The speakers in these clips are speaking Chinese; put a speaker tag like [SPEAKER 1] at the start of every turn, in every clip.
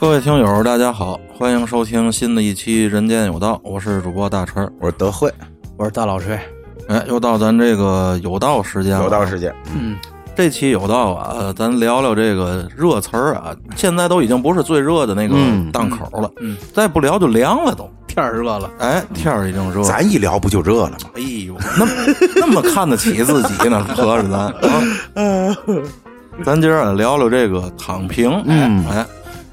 [SPEAKER 1] 各位听友，大家好，欢迎收听新的一期《人间有道》，我是主播大陈儿。
[SPEAKER 2] 我是德惠，
[SPEAKER 3] 我是大老锤，
[SPEAKER 1] 哎，又到咱这个有道时间了。
[SPEAKER 2] 有道时间，
[SPEAKER 1] 这期有道啊，呃咱聊聊这个热词儿啊，现在都已经不是最热的那个档口了，嗯，再不聊就凉了都。
[SPEAKER 3] 天儿热了，
[SPEAKER 1] 哎，天儿已经热了，
[SPEAKER 2] 哦咱一聊不就热了吗？
[SPEAKER 1] 哎呦，那么那么看得起自己呢， 合着咱啊， 咱今儿啊聊聊这个躺平，嗯，哎。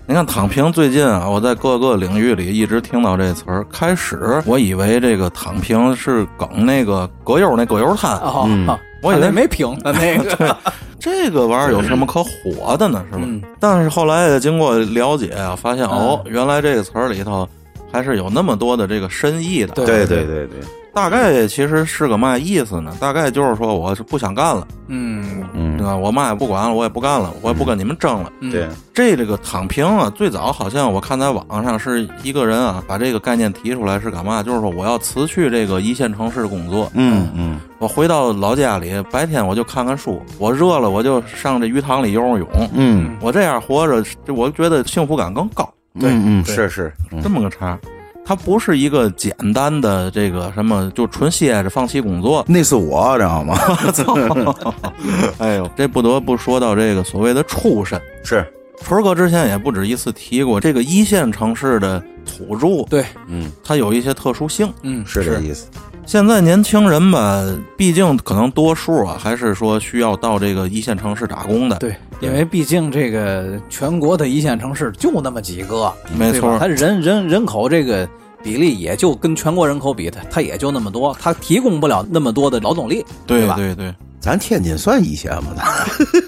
[SPEAKER 1] 你看“躺平”最近啊，我在各个领域里一直听到这词儿。开始我以为这个“躺平”是梗那个葛优那葛优瘫，
[SPEAKER 3] 哦，
[SPEAKER 1] 我以为
[SPEAKER 3] 那没评 的那个，
[SPEAKER 1] 这个玩意儿有什么可火的呢？是吧？
[SPEAKER 3] 嗯
[SPEAKER 1] 但是后来经过了解啊，发现哦，原来这个词儿里头还是有那么多的这个深意的。
[SPEAKER 3] 对
[SPEAKER 2] 对对对对，
[SPEAKER 1] 大概其实是个嘛意思呢？大概就是说我是不想干了，
[SPEAKER 3] 嗯，
[SPEAKER 2] 嗯
[SPEAKER 1] 对吧？我嘛也不管了，我也不干了，我也不跟你们争了。
[SPEAKER 3] 嗯
[SPEAKER 2] 对，
[SPEAKER 1] 这这个躺平啊，最早好像我看在网上是一个人啊，把这个概念提出来是干嘛？就是说我要辞去这个一线城市工作，
[SPEAKER 2] 嗯嗯，
[SPEAKER 1] 我回到老家里，白天我就看看书，我热了我就上这鱼塘里游游泳，
[SPEAKER 2] 嗯
[SPEAKER 1] 我这样活着，这我觉得幸福感更高，
[SPEAKER 2] 对嗯
[SPEAKER 3] 对
[SPEAKER 2] 是是，嗯。
[SPEAKER 1] 这么个茬儿。它不是一个简单的这个什么，就纯歇着放弃工作
[SPEAKER 2] 那是我知道吗？
[SPEAKER 1] 哎呦，这不得不说到这个所谓的畜生。
[SPEAKER 2] 是，
[SPEAKER 1] 春儿哥之前也不止一次提过，这个一线城市的土著，
[SPEAKER 3] 对，
[SPEAKER 2] 嗯
[SPEAKER 1] 它有一些特殊性。
[SPEAKER 3] 嗯，
[SPEAKER 2] 是这意思，
[SPEAKER 1] 现在年轻人吧，毕竟可能多数啊，还是说需要到这个一线城市打工的。，
[SPEAKER 3] 对，因为毕竟这个全国的一线城市就那么几个，
[SPEAKER 2] 嗯
[SPEAKER 1] 没
[SPEAKER 3] 对
[SPEAKER 1] 错
[SPEAKER 3] 吧，它人人人口这个比例也就跟全国人口比，它它也就那么多，它提供不了那么多的劳动力，
[SPEAKER 1] 对
[SPEAKER 3] 吧？
[SPEAKER 1] 对对。
[SPEAKER 2] 咱天津算一线吗？咱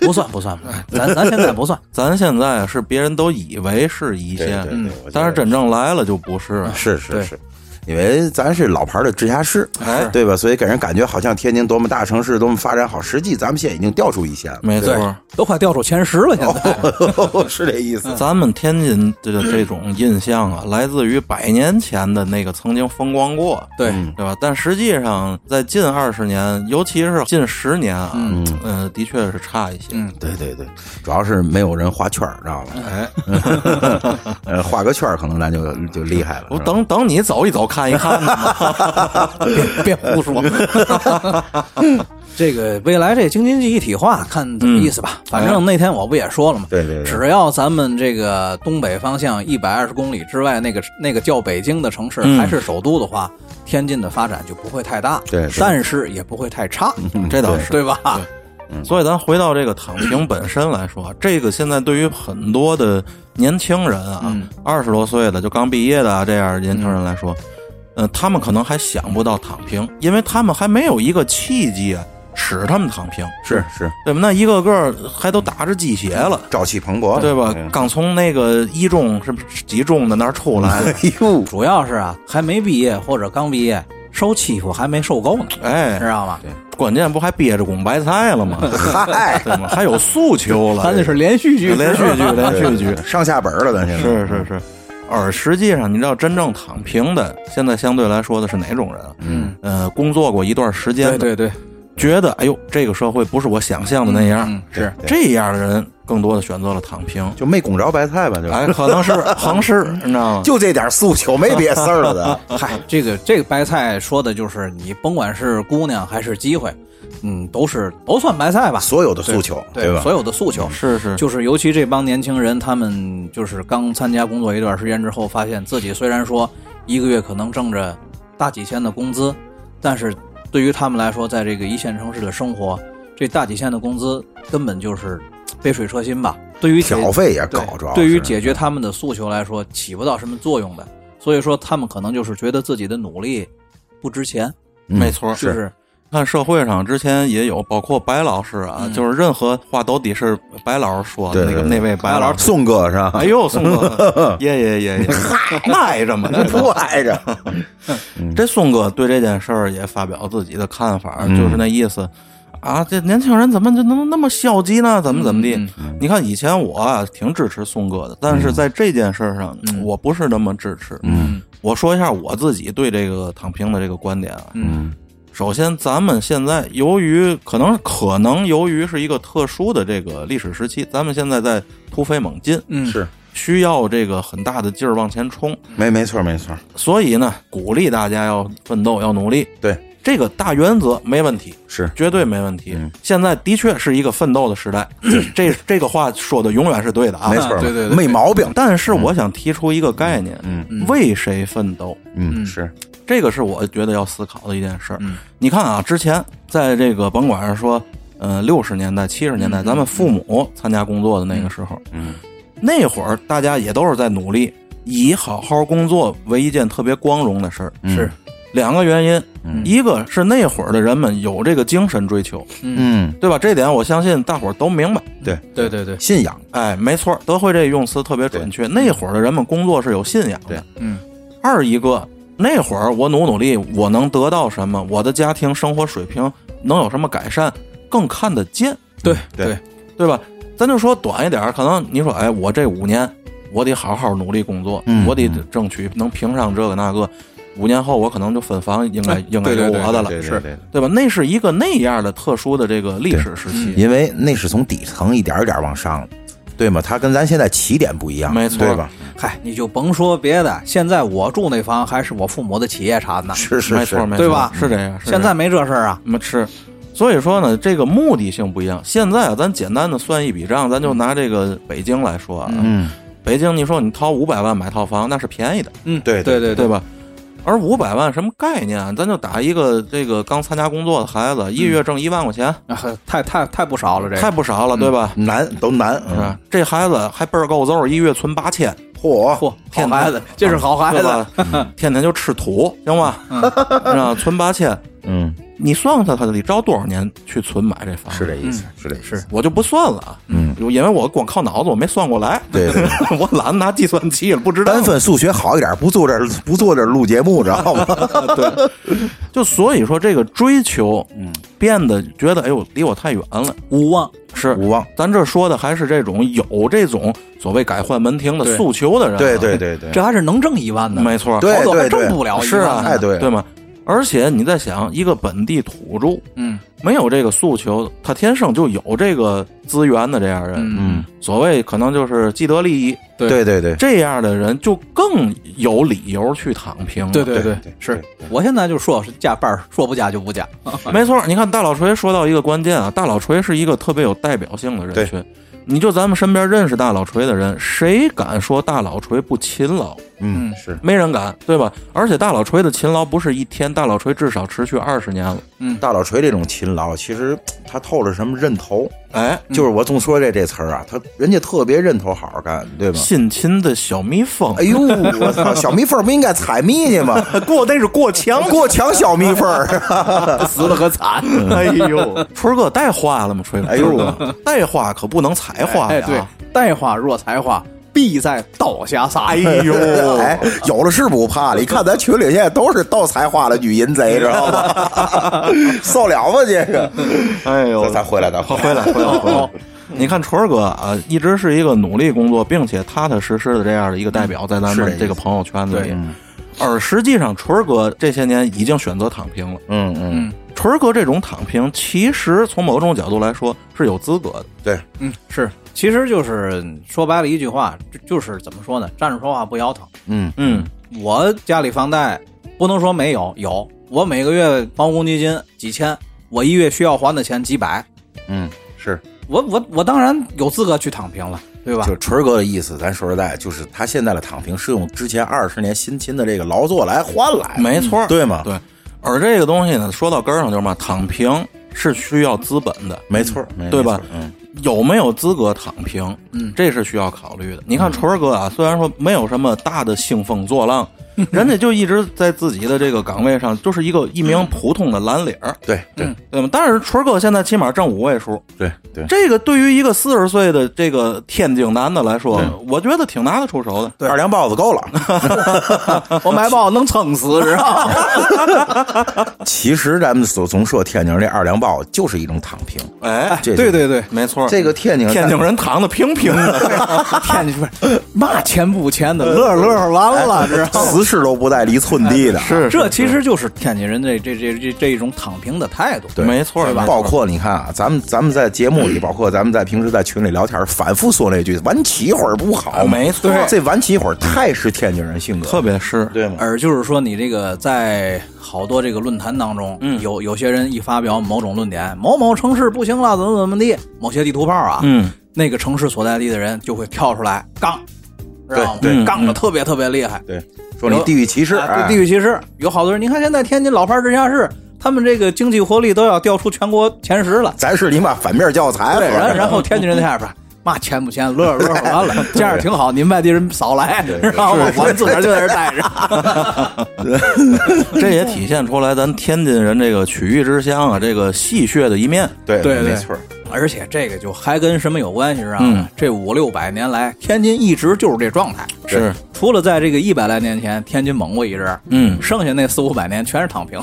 [SPEAKER 3] 不算不算，不算咱咱现在 不算，
[SPEAKER 1] 咱现在是别人都以为是一
[SPEAKER 2] 对
[SPEAKER 1] 线，
[SPEAKER 2] 对
[SPEAKER 1] 嗯
[SPEAKER 2] 对嗯我觉得
[SPEAKER 1] 但是真正来了就不是。
[SPEAKER 2] 是是
[SPEAKER 3] 对
[SPEAKER 2] 是，因为咱是老牌的直辖市，
[SPEAKER 1] 哎，
[SPEAKER 2] 对吧？所以给人感觉好像天津多么大城市，多么发展好，实际咱们现在已经掉出一线了，
[SPEAKER 1] 没错。
[SPEAKER 3] 都快掉出前十了，
[SPEAKER 2] 嗯
[SPEAKER 3] 现在
[SPEAKER 2] 是这意思，
[SPEAKER 1] 咱们天津的这种印象啊，来自于百年前的那个曾经风光过，
[SPEAKER 3] 对，
[SPEAKER 1] 对吧？但实际上，在近二十年，尤其是近十年啊，嗯、呃，的确是差一些。
[SPEAKER 3] 嗯
[SPEAKER 2] 对对对，主要是没有人画圈儿，知道吗？
[SPEAKER 1] 哎，
[SPEAKER 2] 呃，画个圈儿可能咱就就厉害了。
[SPEAKER 1] 我
[SPEAKER 2] 是吧
[SPEAKER 1] 等等你走一走，看一看呢。
[SPEAKER 3] 别胡说。 这个未来这京津冀一体化，看怎么意思吧。反正那天我不也说了吗？
[SPEAKER 2] 对对对
[SPEAKER 3] 只要咱们这个东北方向一百二十公里之外那个那个叫北京的城市还是首都的话，天津的发展就不会太大，
[SPEAKER 2] 对对
[SPEAKER 3] 但是也不会太差，
[SPEAKER 1] 这倒是
[SPEAKER 3] 对吧？
[SPEAKER 1] 所以咱回到这个躺平本身来说，啊这个现在对于很多的年轻人啊，二十、多岁的就刚毕业的啊，这样年轻人来说，呃，他们可能还想不到躺平，因为他们还没有一个契机啊，使他们躺平，
[SPEAKER 2] 是是，
[SPEAKER 1] 对吧？那一个个还都打着鸡血了。
[SPEAKER 2] 朝气蓬勃，
[SPEAKER 1] 啊对吧？
[SPEAKER 2] 嗯
[SPEAKER 1] 刚从那个一中是不是几中的那儿出来 的，
[SPEAKER 2] 哎呦，
[SPEAKER 3] 主要是啊，还没毕业或者刚毕业，受欺负还没受够呢，
[SPEAKER 1] 哎
[SPEAKER 3] 知，道吗？
[SPEAKER 1] 关键不还憋着拱白菜了 吗？
[SPEAKER 2] 嗨，
[SPEAKER 1] 对吗？还有诉求了，
[SPEAKER 3] 咱这是连续剧，
[SPEAKER 1] 连续剧，连续剧。
[SPEAKER 2] 上下本了，咱现在
[SPEAKER 1] 是是是。而实际上，你知道真正躺平的，现在相对来说的是哪种人？嗯，呃，工作过一段时间
[SPEAKER 3] 对
[SPEAKER 1] 的，
[SPEAKER 3] 对对，
[SPEAKER 1] 觉得哎呦，这个社会不是我想象的那样，
[SPEAKER 3] 嗯是
[SPEAKER 1] 这样的人更多的选择了躺 平。
[SPEAKER 2] 就没拱着白菜吧，就、
[SPEAKER 1] 哎，可 能是横是，你知道吗？
[SPEAKER 2] 就这点诉求，没别事儿了的。
[SPEAKER 3] 嗨，这个这个白菜说的就是你，甭管是姑娘还是机会，嗯，都是都算白菜吧，
[SPEAKER 2] 所有的诉求，
[SPEAKER 3] 对
[SPEAKER 2] 吧？
[SPEAKER 3] 所有的诉求
[SPEAKER 1] 是是，
[SPEAKER 3] 就是尤其这帮年轻人，他们就是刚参加工作一段时间之后，发现自己虽然说一个月可能挣着大几千的工资，但是对于他们来说，在这个一线城市的生活，这大几千的工资根本就是杯水车薪吧。对于解
[SPEAKER 2] 挑费也
[SPEAKER 3] 对
[SPEAKER 2] 搞着，
[SPEAKER 3] 对于
[SPEAKER 2] 是
[SPEAKER 3] 解决他们的诉求来说，起不到什么作用的。所以说，他们可能就是觉得自己的努力不值钱，
[SPEAKER 1] 没错，
[SPEAKER 3] 是不是？
[SPEAKER 1] 看社会上之前也有，包括白老师啊，就是任何话都得是白老师说的
[SPEAKER 2] 对
[SPEAKER 1] 那个
[SPEAKER 2] 对对
[SPEAKER 1] 那位白
[SPEAKER 2] 白
[SPEAKER 1] 老
[SPEAKER 2] 老
[SPEAKER 1] 师。
[SPEAKER 2] 宋哥是吧
[SPEAKER 1] 哎？呦，宋 哥，耶耶耶耶， 赖着嘛，这
[SPEAKER 2] 不挨着，
[SPEAKER 1] 这宋哥对这件事儿也发表自己的看法，就是那意思啊，这年轻人怎么就能那么消极呢？怎么怎么地？你看以前我啊挺支持宋哥的，但是在这件事儿上，我不是那么支持。嗯，我说一下我自己对这个躺平的这个观点啊。嗯，首先，咱们现在由于可能可能由于是一个特殊的这个历史时期，咱们现在在突飞猛进，
[SPEAKER 3] 嗯，
[SPEAKER 2] 是
[SPEAKER 1] 需要这个很大的劲儿往前冲，
[SPEAKER 2] 没没错没错，
[SPEAKER 1] 所以呢，鼓励大家要奋斗，要努力，
[SPEAKER 2] 对，
[SPEAKER 1] 这个大原则没问题，
[SPEAKER 2] 是
[SPEAKER 1] 绝对没问题。现在的确是一个奋斗的时代，这这个话说的永远是对的啊
[SPEAKER 2] 没。错，
[SPEAKER 3] 对对对
[SPEAKER 2] 没毛病。
[SPEAKER 1] 但是我想提出一个概念，嗯，为谁奋斗？
[SPEAKER 2] 嗯，是
[SPEAKER 1] 这个是我觉得要思考的一件事儿。你看啊，之前在这个甭管是说，呃，六十年代、七十年代，咱们父母参加工作的那个时候，嗯，那会儿大家也都是在努力，以好好工作为一件特别光荣的事儿。
[SPEAKER 3] 是，
[SPEAKER 1] 两个原因，一个是那会儿的人们有这个精神追求，
[SPEAKER 2] 嗯，
[SPEAKER 1] 对吧？这点我相信大伙儿都明白。
[SPEAKER 2] 对，
[SPEAKER 3] 对对对，
[SPEAKER 2] 信仰
[SPEAKER 1] 哎，没错，德惠这个用词特别准确。那会儿的人们工作是有信仰
[SPEAKER 2] 对
[SPEAKER 1] 的。
[SPEAKER 3] 嗯，
[SPEAKER 1] 二一个，那会儿我努努力，我能得到什么？我的家庭生活水平能有什么改善？更看得见，
[SPEAKER 3] 对
[SPEAKER 2] 对
[SPEAKER 3] 对，
[SPEAKER 1] 对吧？咱就说短一点儿，可能你说，哎，我这五年我得好好努力工作，
[SPEAKER 2] 嗯
[SPEAKER 1] 我得争取能评上这个那个。五年后我可能就分房，应该应该
[SPEAKER 3] 对
[SPEAKER 1] 有
[SPEAKER 3] 对对
[SPEAKER 1] 我的了，
[SPEAKER 2] 哎对对对
[SPEAKER 1] 是
[SPEAKER 2] 对对
[SPEAKER 1] 对吧？那是一个那样的特殊的这个历史时期，
[SPEAKER 2] 因为那是从底层一点一点往上，对吗？它跟咱现在起点不一样，
[SPEAKER 1] 没错
[SPEAKER 2] 对吧？
[SPEAKER 3] 嗨，你就甭说别的，现在我住那房还是我父母的企业产呢，
[SPEAKER 2] 是是
[SPEAKER 1] 没
[SPEAKER 2] 是，嗯
[SPEAKER 1] 错没错，
[SPEAKER 3] 对吧
[SPEAKER 1] 是这样。是这样
[SPEAKER 3] 现在没这事儿啊，
[SPEAKER 1] 那么吃。所以说呢，这个目的性不一样。现在啊，咱简单的算一笔账，咱就拿这个北京来说啊，
[SPEAKER 2] 嗯，
[SPEAKER 1] 北京，你说你掏五百万买套房，那是便宜的，
[SPEAKER 3] 嗯，
[SPEAKER 2] 对
[SPEAKER 3] 对
[SPEAKER 2] 对
[SPEAKER 3] 对
[SPEAKER 1] 对，吧？而五百万什么概念啊？咱就打一个这个刚参加工作的孩子，一月挣一万块钱，
[SPEAKER 3] 啊太太太不少了，这
[SPEAKER 1] 太
[SPEAKER 3] 个
[SPEAKER 1] 不少了，对吧？
[SPEAKER 2] 难都难，
[SPEAKER 1] 是
[SPEAKER 2] 嗯
[SPEAKER 1] 吧？这孩子还倍儿够揍，一月存八千，
[SPEAKER 2] 嚯，
[SPEAKER 3] 嚯，好
[SPEAKER 1] 天
[SPEAKER 3] 孩子，这是好孩
[SPEAKER 1] 对
[SPEAKER 3] 子，
[SPEAKER 1] 啊吧？天天就吃土，行吧？是吧？存八千，
[SPEAKER 2] 嗯，
[SPEAKER 1] 你算算他得招多少年去存买这房？
[SPEAKER 2] 是这意思，是这意思，
[SPEAKER 1] 我就不算了啊，嗯，因为我光靠脑子，我没算过来，
[SPEAKER 2] 对对
[SPEAKER 1] 我懒得拿计算器了，不知道。
[SPEAKER 2] 单分数学好一点，不坐这儿不坐这儿录节目，知道吗？
[SPEAKER 1] 对，就所以说这个追求，嗯，变得觉得哎呦离我太远了，
[SPEAKER 3] 无望，
[SPEAKER 1] 是
[SPEAKER 2] 无望，
[SPEAKER 1] 咱这说的还是这种有这种所谓改换门庭的
[SPEAKER 3] 对
[SPEAKER 1] 诉求的人啊，
[SPEAKER 2] 对对对对，
[SPEAKER 3] 这还是能挣一万的，
[SPEAKER 1] 没错，
[SPEAKER 2] 对
[SPEAKER 3] 好多还
[SPEAKER 2] 对对
[SPEAKER 3] 挣不了一
[SPEAKER 1] 是啊
[SPEAKER 3] 万，呢，
[SPEAKER 2] 哎对
[SPEAKER 1] 对吗？而且你在想，一个本地土著
[SPEAKER 3] 嗯
[SPEAKER 1] 没有这个诉求，他天生就有这个资源的这样人，
[SPEAKER 3] 嗯，
[SPEAKER 1] 所谓可能就是既得利益，
[SPEAKER 3] 对
[SPEAKER 2] 对对对，
[SPEAKER 1] 这样的人就更有理由去躺平了。
[SPEAKER 3] 对对
[SPEAKER 2] 对
[SPEAKER 3] 对
[SPEAKER 2] 对，
[SPEAKER 3] 是
[SPEAKER 2] 对
[SPEAKER 3] 我现在就说是加班儿，说不加就不加，
[SPEAKER 1] 没错。你看大老锤说到一个关键啊，大老锤是一个特别有代表性的人群。你就咱们身边认识大老锤的人，谁敢说大老锤不勤劳？
[SPEAKER 2] 嗯是，
[SPEAKER 1] 没人敢，对吧？而且大老锤的勤劳不是一天，大老锤至少持续二十年了。
[SPEAKER 2] 大老锤这种勤劳，其实他透着什么认头，
[SPEAKER 1] 哎，
[SPEAKER 2] 就是我总说这这词儿啊，他人家特别认头，好好干，对吗？
[SPEAKER 1] 辛勤的小蜜蜂，
[SPEAKER 2] 哎呦，我操！小蜜蜂不应该采蜜去吗？
[SPEAKER 1] 过那是过墙
[SPEAKER 2] 过墙小蜜蜂儿，
[SPEAKER 3] 死的可惨，
[SPEAKER 1] 哎呦，春哥带花了吗？锤哥，
[SPEAKER 2] 哎呦，
[SPEAKER 1] 带花可不能采花
[SPEAKER 3] 哎
[SPEAKER 1] 呀！
[SPEAKER 3] 对，带花若才华，必在刀下杀， 哎
[SPEAKER 1] 哎呦，
[SPEAKER 2] 哎，有了是不怕了。你看咱群里现在都是盗才华的女淫贼，知道 吗？受了吗？这个，
[SPEAKER 1] 哎呦，
[SPEAKER 2] 咱回来，咱回
[SPEAKER 1] 回来，回来，回来。你看纯儿哥啊，一直是一个努力工作，并且踏踏实实的这样的一个代表，在咱
[SPEAKER 2] 是这意
[SPEAKER 1] 们
[SPEAKER 2] 思嗯
[SPEAKER 1] 这个朋友圈子里
[SPEAKER 3] 对。
[SPEAKER 1] 而实际上，纯儿哥这些年已经选择躺平了。
[SPEAKER 2] 嗯嗯，
[SPEAKER 1] 纯儿哥这种躺平，其实从某种角度来说是有资格的。
[SPEAKER 2] 对，
[SPEAKER 3] 嗯，是，其实就是说白了一句话，就就是怎么说呢？站着说话不腰疼。
[SPEAKER 2] 嗯
[SPEAKER 1] 嗯，
[SPEAKER 3] 我家里房贷不能说没有，有，我每个月帮公积金几千，我一月需要还的钱几百，
[SPEAKER 2] 嗯，是，
[SPEAKER 3] 我我我当然有资格去躺平了，对吧
[SPEAKER 2] 就？纯儿哥的意思，咱说实在，就是他现在的躺平是用之前二十年辛勤的这个劳作来换来的，
[SPEAKER 1] 没错儿，
[SPEAKER 2] 对吗？，
[SPEAKER 1] 对。而这个东西呢，说到根儿上就是嘛，躺平是需要资本的。
[SPEAKER 2] 没错儿，没
[SPEAKER 1] 对吧
[SPEAKER 2] 没错儿嗯，
[SPEAKER 1] 有没有资格躺平，嗯，这是需要考虑的。你看锤儿哥啊，虽然说没有什么大的兴风作 浪，人家就一直在自己的这个岗位上，就是一个一名普通的蓝领儿，
[SPEAKER 2] 对对
[SPEAKER 1] 对吗？但是锤儿哥现在起码挣五位数，
[SPEAKER 2] 对对，
[SPEAKER 1] 嗯这个对于一个四十岁的这个天津男的来说，我觉得挺拿得出手的。
[SPEAKER 2] 二两包子 够了。
[SPEAKER 3] 我买包能撑死是 吧？
[SPEAKER 2] 其实咱们所总说天津这二两包就是一种躺平，
[SPEAKER 1] 哎，
[SPEAKER 2] 这
[SPEAKER 3] 对对对，
[SPEAKER 1] 没错，
[SPEAKER 2] 这个天津
[SPEAKER 1] 天津人躺的平平的。
[SPEAKER 3] 哎天津不是嘛钱不钱的，乐呵乐呵完了，知道吗？
[SPEAKER 2] 死师都不带离寸地的，
[SPEAKER 1] 是
[SPEAKER 3] 这其实就是天津人这这这这这一种躺平的态度。
[SPEAKER 2] 对，
[SPEAKER 1] 没错儿
[SPEAKER 2] 是吧
[SPEAKER 1] 没错儿
[SPEAKER 2] 包括你看啊，咱们咱们在节目里，包括咱们在平时在群里聊天儿，反复说那句“晚起一会儿不好”，
[SPEAKER 1] 啊没错儿
[SPEAKER 2] 这晚起一会儿太是天津人性格了，
[SPEAKER 1] 特别是
[SPEAKER 2] 对吗？
[SPEAKER 3] 而就是说，你这个在好多这个论坛当中，
[SPEAKER 2] 嗯
[SPEAKER 3] 有有些人一发表某种论点，某某城市不行了，怎么怎么地，某些地图炮啊，
[SPEAKER 1] 嗯，
[SPEAKER 3] 那个城市所在地的人就会跳出来杠，知道吗？
[SPEAKER 2] 对
[SPEAKER 1] 对
[SPEAKER 3] 杠的特别特别厉害，
[SPEAKER 2] 对，说你地域歧视，
[SPEAKER 3] 啊，
[SPEAKER 2] 哎
[SPEAKER 3] 对地域歧视，有好多人，你看现在天津老牌直辖市，他们这个经济活力都要掉出全国前十了，
[SPEAKER 2] 咱是你妈反面教材，
[SPEAKER 3] 对，
[SPEAKER 2] 合着
[SPEAKER 3] 然然后天津人在下边。嘛钱不钱，乐呵乐呵 完了，这样挺好。您外地人少来，知道吗？我们自个儿就在这儿待着。
[SPEAKER 1] 这也体现出来咱天津人这个曲艺之乡啊，这个戏谑的一面。
[SPEAKER 2] 对
[SPEAKER 3] 对对
[SPEAKER 2] 没错儿，嗯
[SPEAKER 3] 而且这个就还跟什么有关系啊？这五六百年来，天津一直就是这状态。
[SPEAKER 1] 是，
[SPEAKER 3] 除了在这个一百来年前天津猛过一阵儿，
[SPEAKER 1] 嗯，
[SPEAKER 3] 剩下那四五百年全哎 是躺平。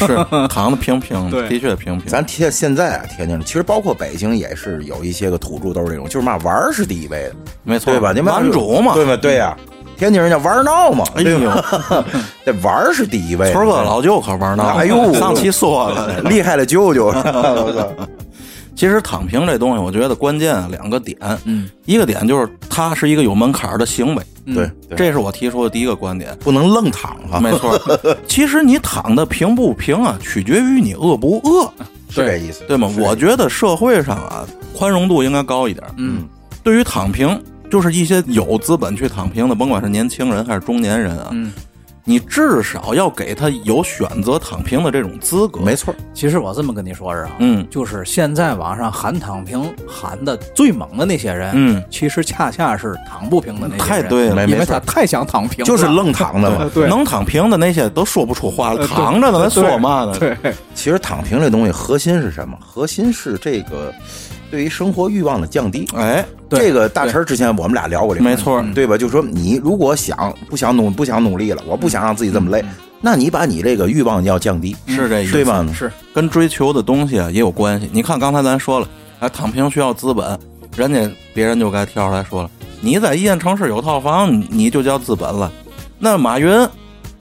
[SPEAKER 1] 是 扛的平平，
[SPEAKER 3] 对
[SPEAKER 1] 的确平平。
[SPEAKER 2] 咱天现在啊，天津人其实包括北京也是有一些个土著都是这种，就是嘛玩儿是第一位的，
[SPEAKER 1] 没错，
[SPEAKER 2] 对吧？你们
[SPEAKER 1] 男主嘛，
[SPEAKER 2] 对吧？对呀、天津人叫玩儿闹嘛，
[SPEAKER 1] 哎呦，
[SPEAKER 2] 这玩儿是第一位的。
[SPEAKER 1] 村儿哥老舅可玩闹了，
[SPEAKER 2] 哎呦
[SPEAKER 1] 上期说了。
[SPEAKER 2] 厉害的舅舅，我操
[SPEAKER 1] 其实躺平这东西，我觉得关键啊两个点，
[SPEAKER 3] 嗯，
[SPEAKER 1] 一个点就是它是一个有门槛儿的行为，
[SPEAKER 2] 对对，
[SPEAKER 1] 这是我提出的第一个观点。
[SPEAKER 2] 不能愣躺啊，
[SPEAKER 1] 没错， 其实你躺的平不平啊，取决于你饿不饿，
[SPEAKER 2] 是这意思
[SPEAKER 1] 对吗？
[SPEAKER 2] 是
[SPEAKER 1] 我觉得社会上啊，宽容度应该高一点。
[SPEAKER 3] 嗯，
[SPEAKER 1] 对于躺平，就是一些有资本去躺平的，甭管是年轻人还是中年人啊，
[SPEAKER 3] 嗯
[SPEAKER 1] 你至少要给他有选择躺平的这种资格。
[SPEAKER 2] 没错儿，
[SPEAKER 3] 其实我这么跟你说是啊，
[SPEAKER 1] 嗯
[SPEAKER 3] 就是现在网上喊躺平喊的最猛的那些人，
[SPEAKER 1] 嗯
[SPEAKER 3] 其实恰恰是躺不平的那些
[SPEAKER 1] 太
[SPEAKER 3] 人，
[SPEAKER 1] 对了
[SPEAKER 2] 没
[SPEAKER 3] 因
[SPEAKER 2] 没
[SPEAKER 3] 为
[SPEAKER 2] 错
[SPEAKER 3] 他
[SPEAKER 2] 儿，
[SPEAKER 3] 太想躺平了，
[SPEAKER 2] 就是愣躺的嘛。
[SPEAKER 3] 啊对呃
[SPEAKER 1] 能躺平的那些都说不出话了，躺着呢，还说嘛呢？
[SPEAKER 3] 对，
[SPEAKER 2] 其实躺平这东西核心是什么？核心是这个对于生活欲望的降低。
[SPEAKER 1] 哎，
[SPEAKER 3] 对
[SPEAKER 2] 这个大陈儿之前我们俩聊过这个，嗯
[SPEAKER 1] 没错儿
[SPEAKER 2] 对吧？就说你如果想不想努不想努力了，我不想让自己这么
[SPEAKER 3] 嗯
[SPEAKER 2] 累，那你把你这个欲望要降低，
[SPEAKER 1] 是这意思，
[SPEAKER 2] 对吧？
[SPEAKER 3] 是
[SPEAKER 1] 嗯跟追求的东西啊也有关系。你看刚才咱说了，啊，躺平需要资本，人家别人就该跳出来说了，你在一线城市有套房，你你就叫资本了。那马云，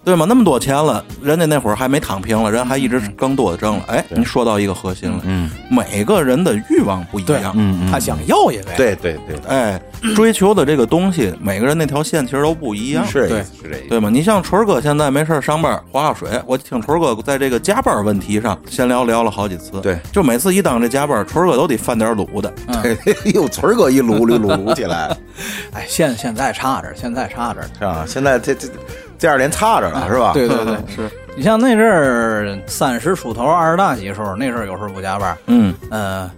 [SPEAKER 1] 对吗？那么多钱了，人家那会儿还没躺平了，人还一直更多的挣了。哎，您说到一个核心了，
[SPEAKER 2] 嗯
[SPEAKER 1] 每个人的欲望不一
[SPEAKER 3] 对
[SPEAKER 1] 样，
[SPEAKER 2] 嗯
[SPEAKER 3] 他
[SPEAKER 2] 嗯，
[SPEAKER 3] 想要也为。
[SPEAKER 2] 对对对，
[SPEAKER 1] 哎，追求的这个东西，每个人那条线其实都不一样。
[SPEAKER 2] 是这
[SPEAKER 3] 嗯对
[SPEAKER 2] 意思，是这意思。
[SPEAKER 1] 对吗？你像纯儿哥现在没事儿上班儿划划水，我听纯儿哥在这个加班儿问题上闲聊聊了好几次。
[SPEAKER 2] 对
[SPEAKER 1] 就每次一当这加班儿，纯儿哥都得犯点儿卤的。
[SPEAKER 2] 嗯
[SPEAKER 3] 嗯
[SPEAKER 2] 对， 又村儿哥一撸捋撸撸起来，
[SPEAKER 3] 哎，现现在差着，现在差着呢。
[SPEAKER 2] 是吧？现在这这这样连插着啊了，是吧？
[SPEAKER 3] 对对对，是。你像那阵儿三十出头、二十大几时候，那阵儿有时候不加班，
[SPEAKER 1] 嗯
[SPEAKER 3] 呃，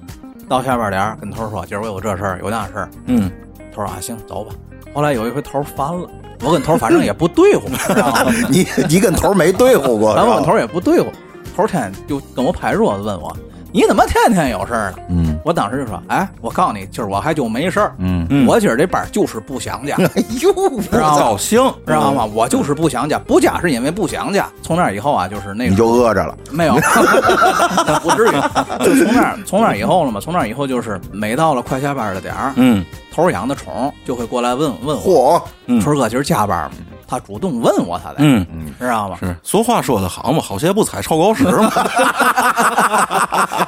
[SPEAKER 3] 到下班点儿跟头儿说，今儿我有这事儿，有那事儿，
[SPEAKER 1] 嗯，
[SPEAKER 3] 头儿说啊行，走吧。后来有一回头儿烦了，我跟头儿反正也不对付，知道吗？
[SPEAKER 2] 你你跟头儿没对付过，
[SPEAKER 3] 咱
[SPEAKER 2] 是吧
[SPEAKER 3] 们头儿也不对付，头儿天天就跟我拍桌子问我，你怎么天天有事儿呢？
[SPEAKER 2] 嗯
[SPEAKER 3] 我当时就说，哎，我告诉你，今儿我还就没事儿，
[SPEAKER 2] 嗯，
[SPEAKER 1] 嗯
[SPEAKER 3] 我今儿这班儿就是不想去。
[SPEAKER 2] 哎呦，我
[SPEAKER 3] 道
[SPEAKER 2] 操，
[SPEAKER 1] 造星
[SPEAKER 3] 知道吗？我就是不想家，不家是因为不想家。从那以后啊，就是那
[SPEAKER 2] 你
[SPEAKER 3] 种
[SPEAKER 2] 就饿着了，
[SPEAKER 3] 没有， 不至于。 就从那儿从那儿以后了嘛，从那儿以后就是每到了快下班的点儿，
[SPEAKER 1] 嗯
[SPEAKER 3] 头儿养的虫就会过来问问我，
[SPEAKER 2] 嚯，
[SPEAKER 1] 嗯
[SPEAKER 3] 春儿哥今儿加班吗？他主动问我，他得
[SPEAKER 1] 嗯，
[SPEAKER 3] 知道吗？
[SPEAKER 1] 是俗话说得好嘛，好鞋不踩臭狗屎嘛。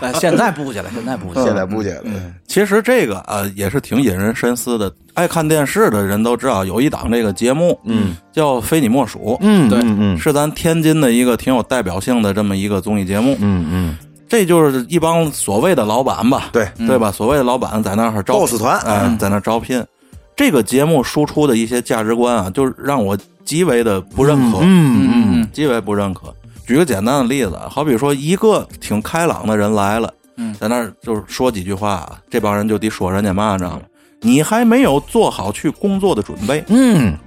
[SPEAKER 3] 但哎现在不去了，现在不去了，
[SPEAKER 2] 现在不去了。
[SPEAKER 1] 其实这个啊、呃也是挺引人深思的。爱看电视的人都知道，有一档这个节目，嗯，叫《非你莫属》，
[SPEAKER 2] 嗯
[SPEAKER 3] 对
[SPEAKER 2] 嗯嗯
[SPEAKER 1] 是咱天津的一个挺有代表性的这么一个综艺节目。
[SPEAKER 2] 嗯嗯，
[SPEAKER 1] 这就是一帮所谓的老板吧，
[SPEAKER 2] 对
[SPEAKER 1] 对吧？所谓的老板在那儿招
[SPEAKER 2] 嗯 boss 团嗯
[SPEAKER 1] 哎、在那儿招聘。这个节目输出的一些价值观啊，就是让我极为的不认可，
[SPEAKER 2] 嗯
[SPEAKER 3] 嗯嗯
[SPEAKER 1] 极为不认可。举个简单的例子，好比说一个挺开朗的人来了，
[SPEAKER 3] 嗯
[SPEAKER 1] 在那儿就是说几句话，啊这帮人就得说人家嘛，你知道吗？你还没有做好去工作的准备，
[SPEAKER 2] 嗯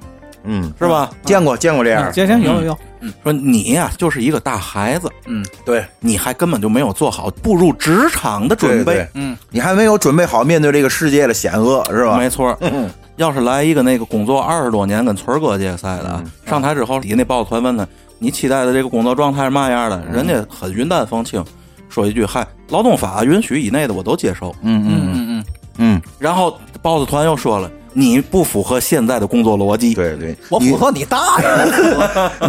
[SPEAKER 2] 嗯，
[SPEAKER 1] 是吧？
[SPEAKER 2] 见过见过这样
[SPEAKER 3] 嗯，，行行有有有，
[SPEAKER 1] 说你呀、就是一个大孩子，
[SPEAKER 3] 嗯
[SPEAKER 2] 对
[SPEAKER 1] 你还根本就没有做好步入职场的准
[SPEAKER 2] 对
[SPEAKER 1] 备。
[SPEAKER 2] 对，
[SPEAKER 3] 嗯，
[SPEAKER 2] 你还没有准备好面对这个世界的险恶，是吧？嗯
[SPEAKER 1] 没错，要是来一个那个工作二十多年跟村儿哥借赛的
[SPEAKER 2] 嗯
[SPEAKER 1] 啊，上台之后底下那报团问他，你期待的这个工作状态是嘛样
[SPEAKER 2] 嗯
[SPEAKER 1] 的？人家很云淡风轻，说一句嗨，劳动法允许以内的我都接受。
[SPEAKER 2] 嗯嗯
[SPEAKER 3] 嗯嗯，
[SPEAKER 2] 嗯，
[SPEAKER 1] 然后豹子团又说了，你不符合现在的工作逻辑。
[SPEAKER 2] 对对，
[SPEAKER 3] 我
[SPEAKER 2] 你
[SPEAKER 3] 符合你大 爷！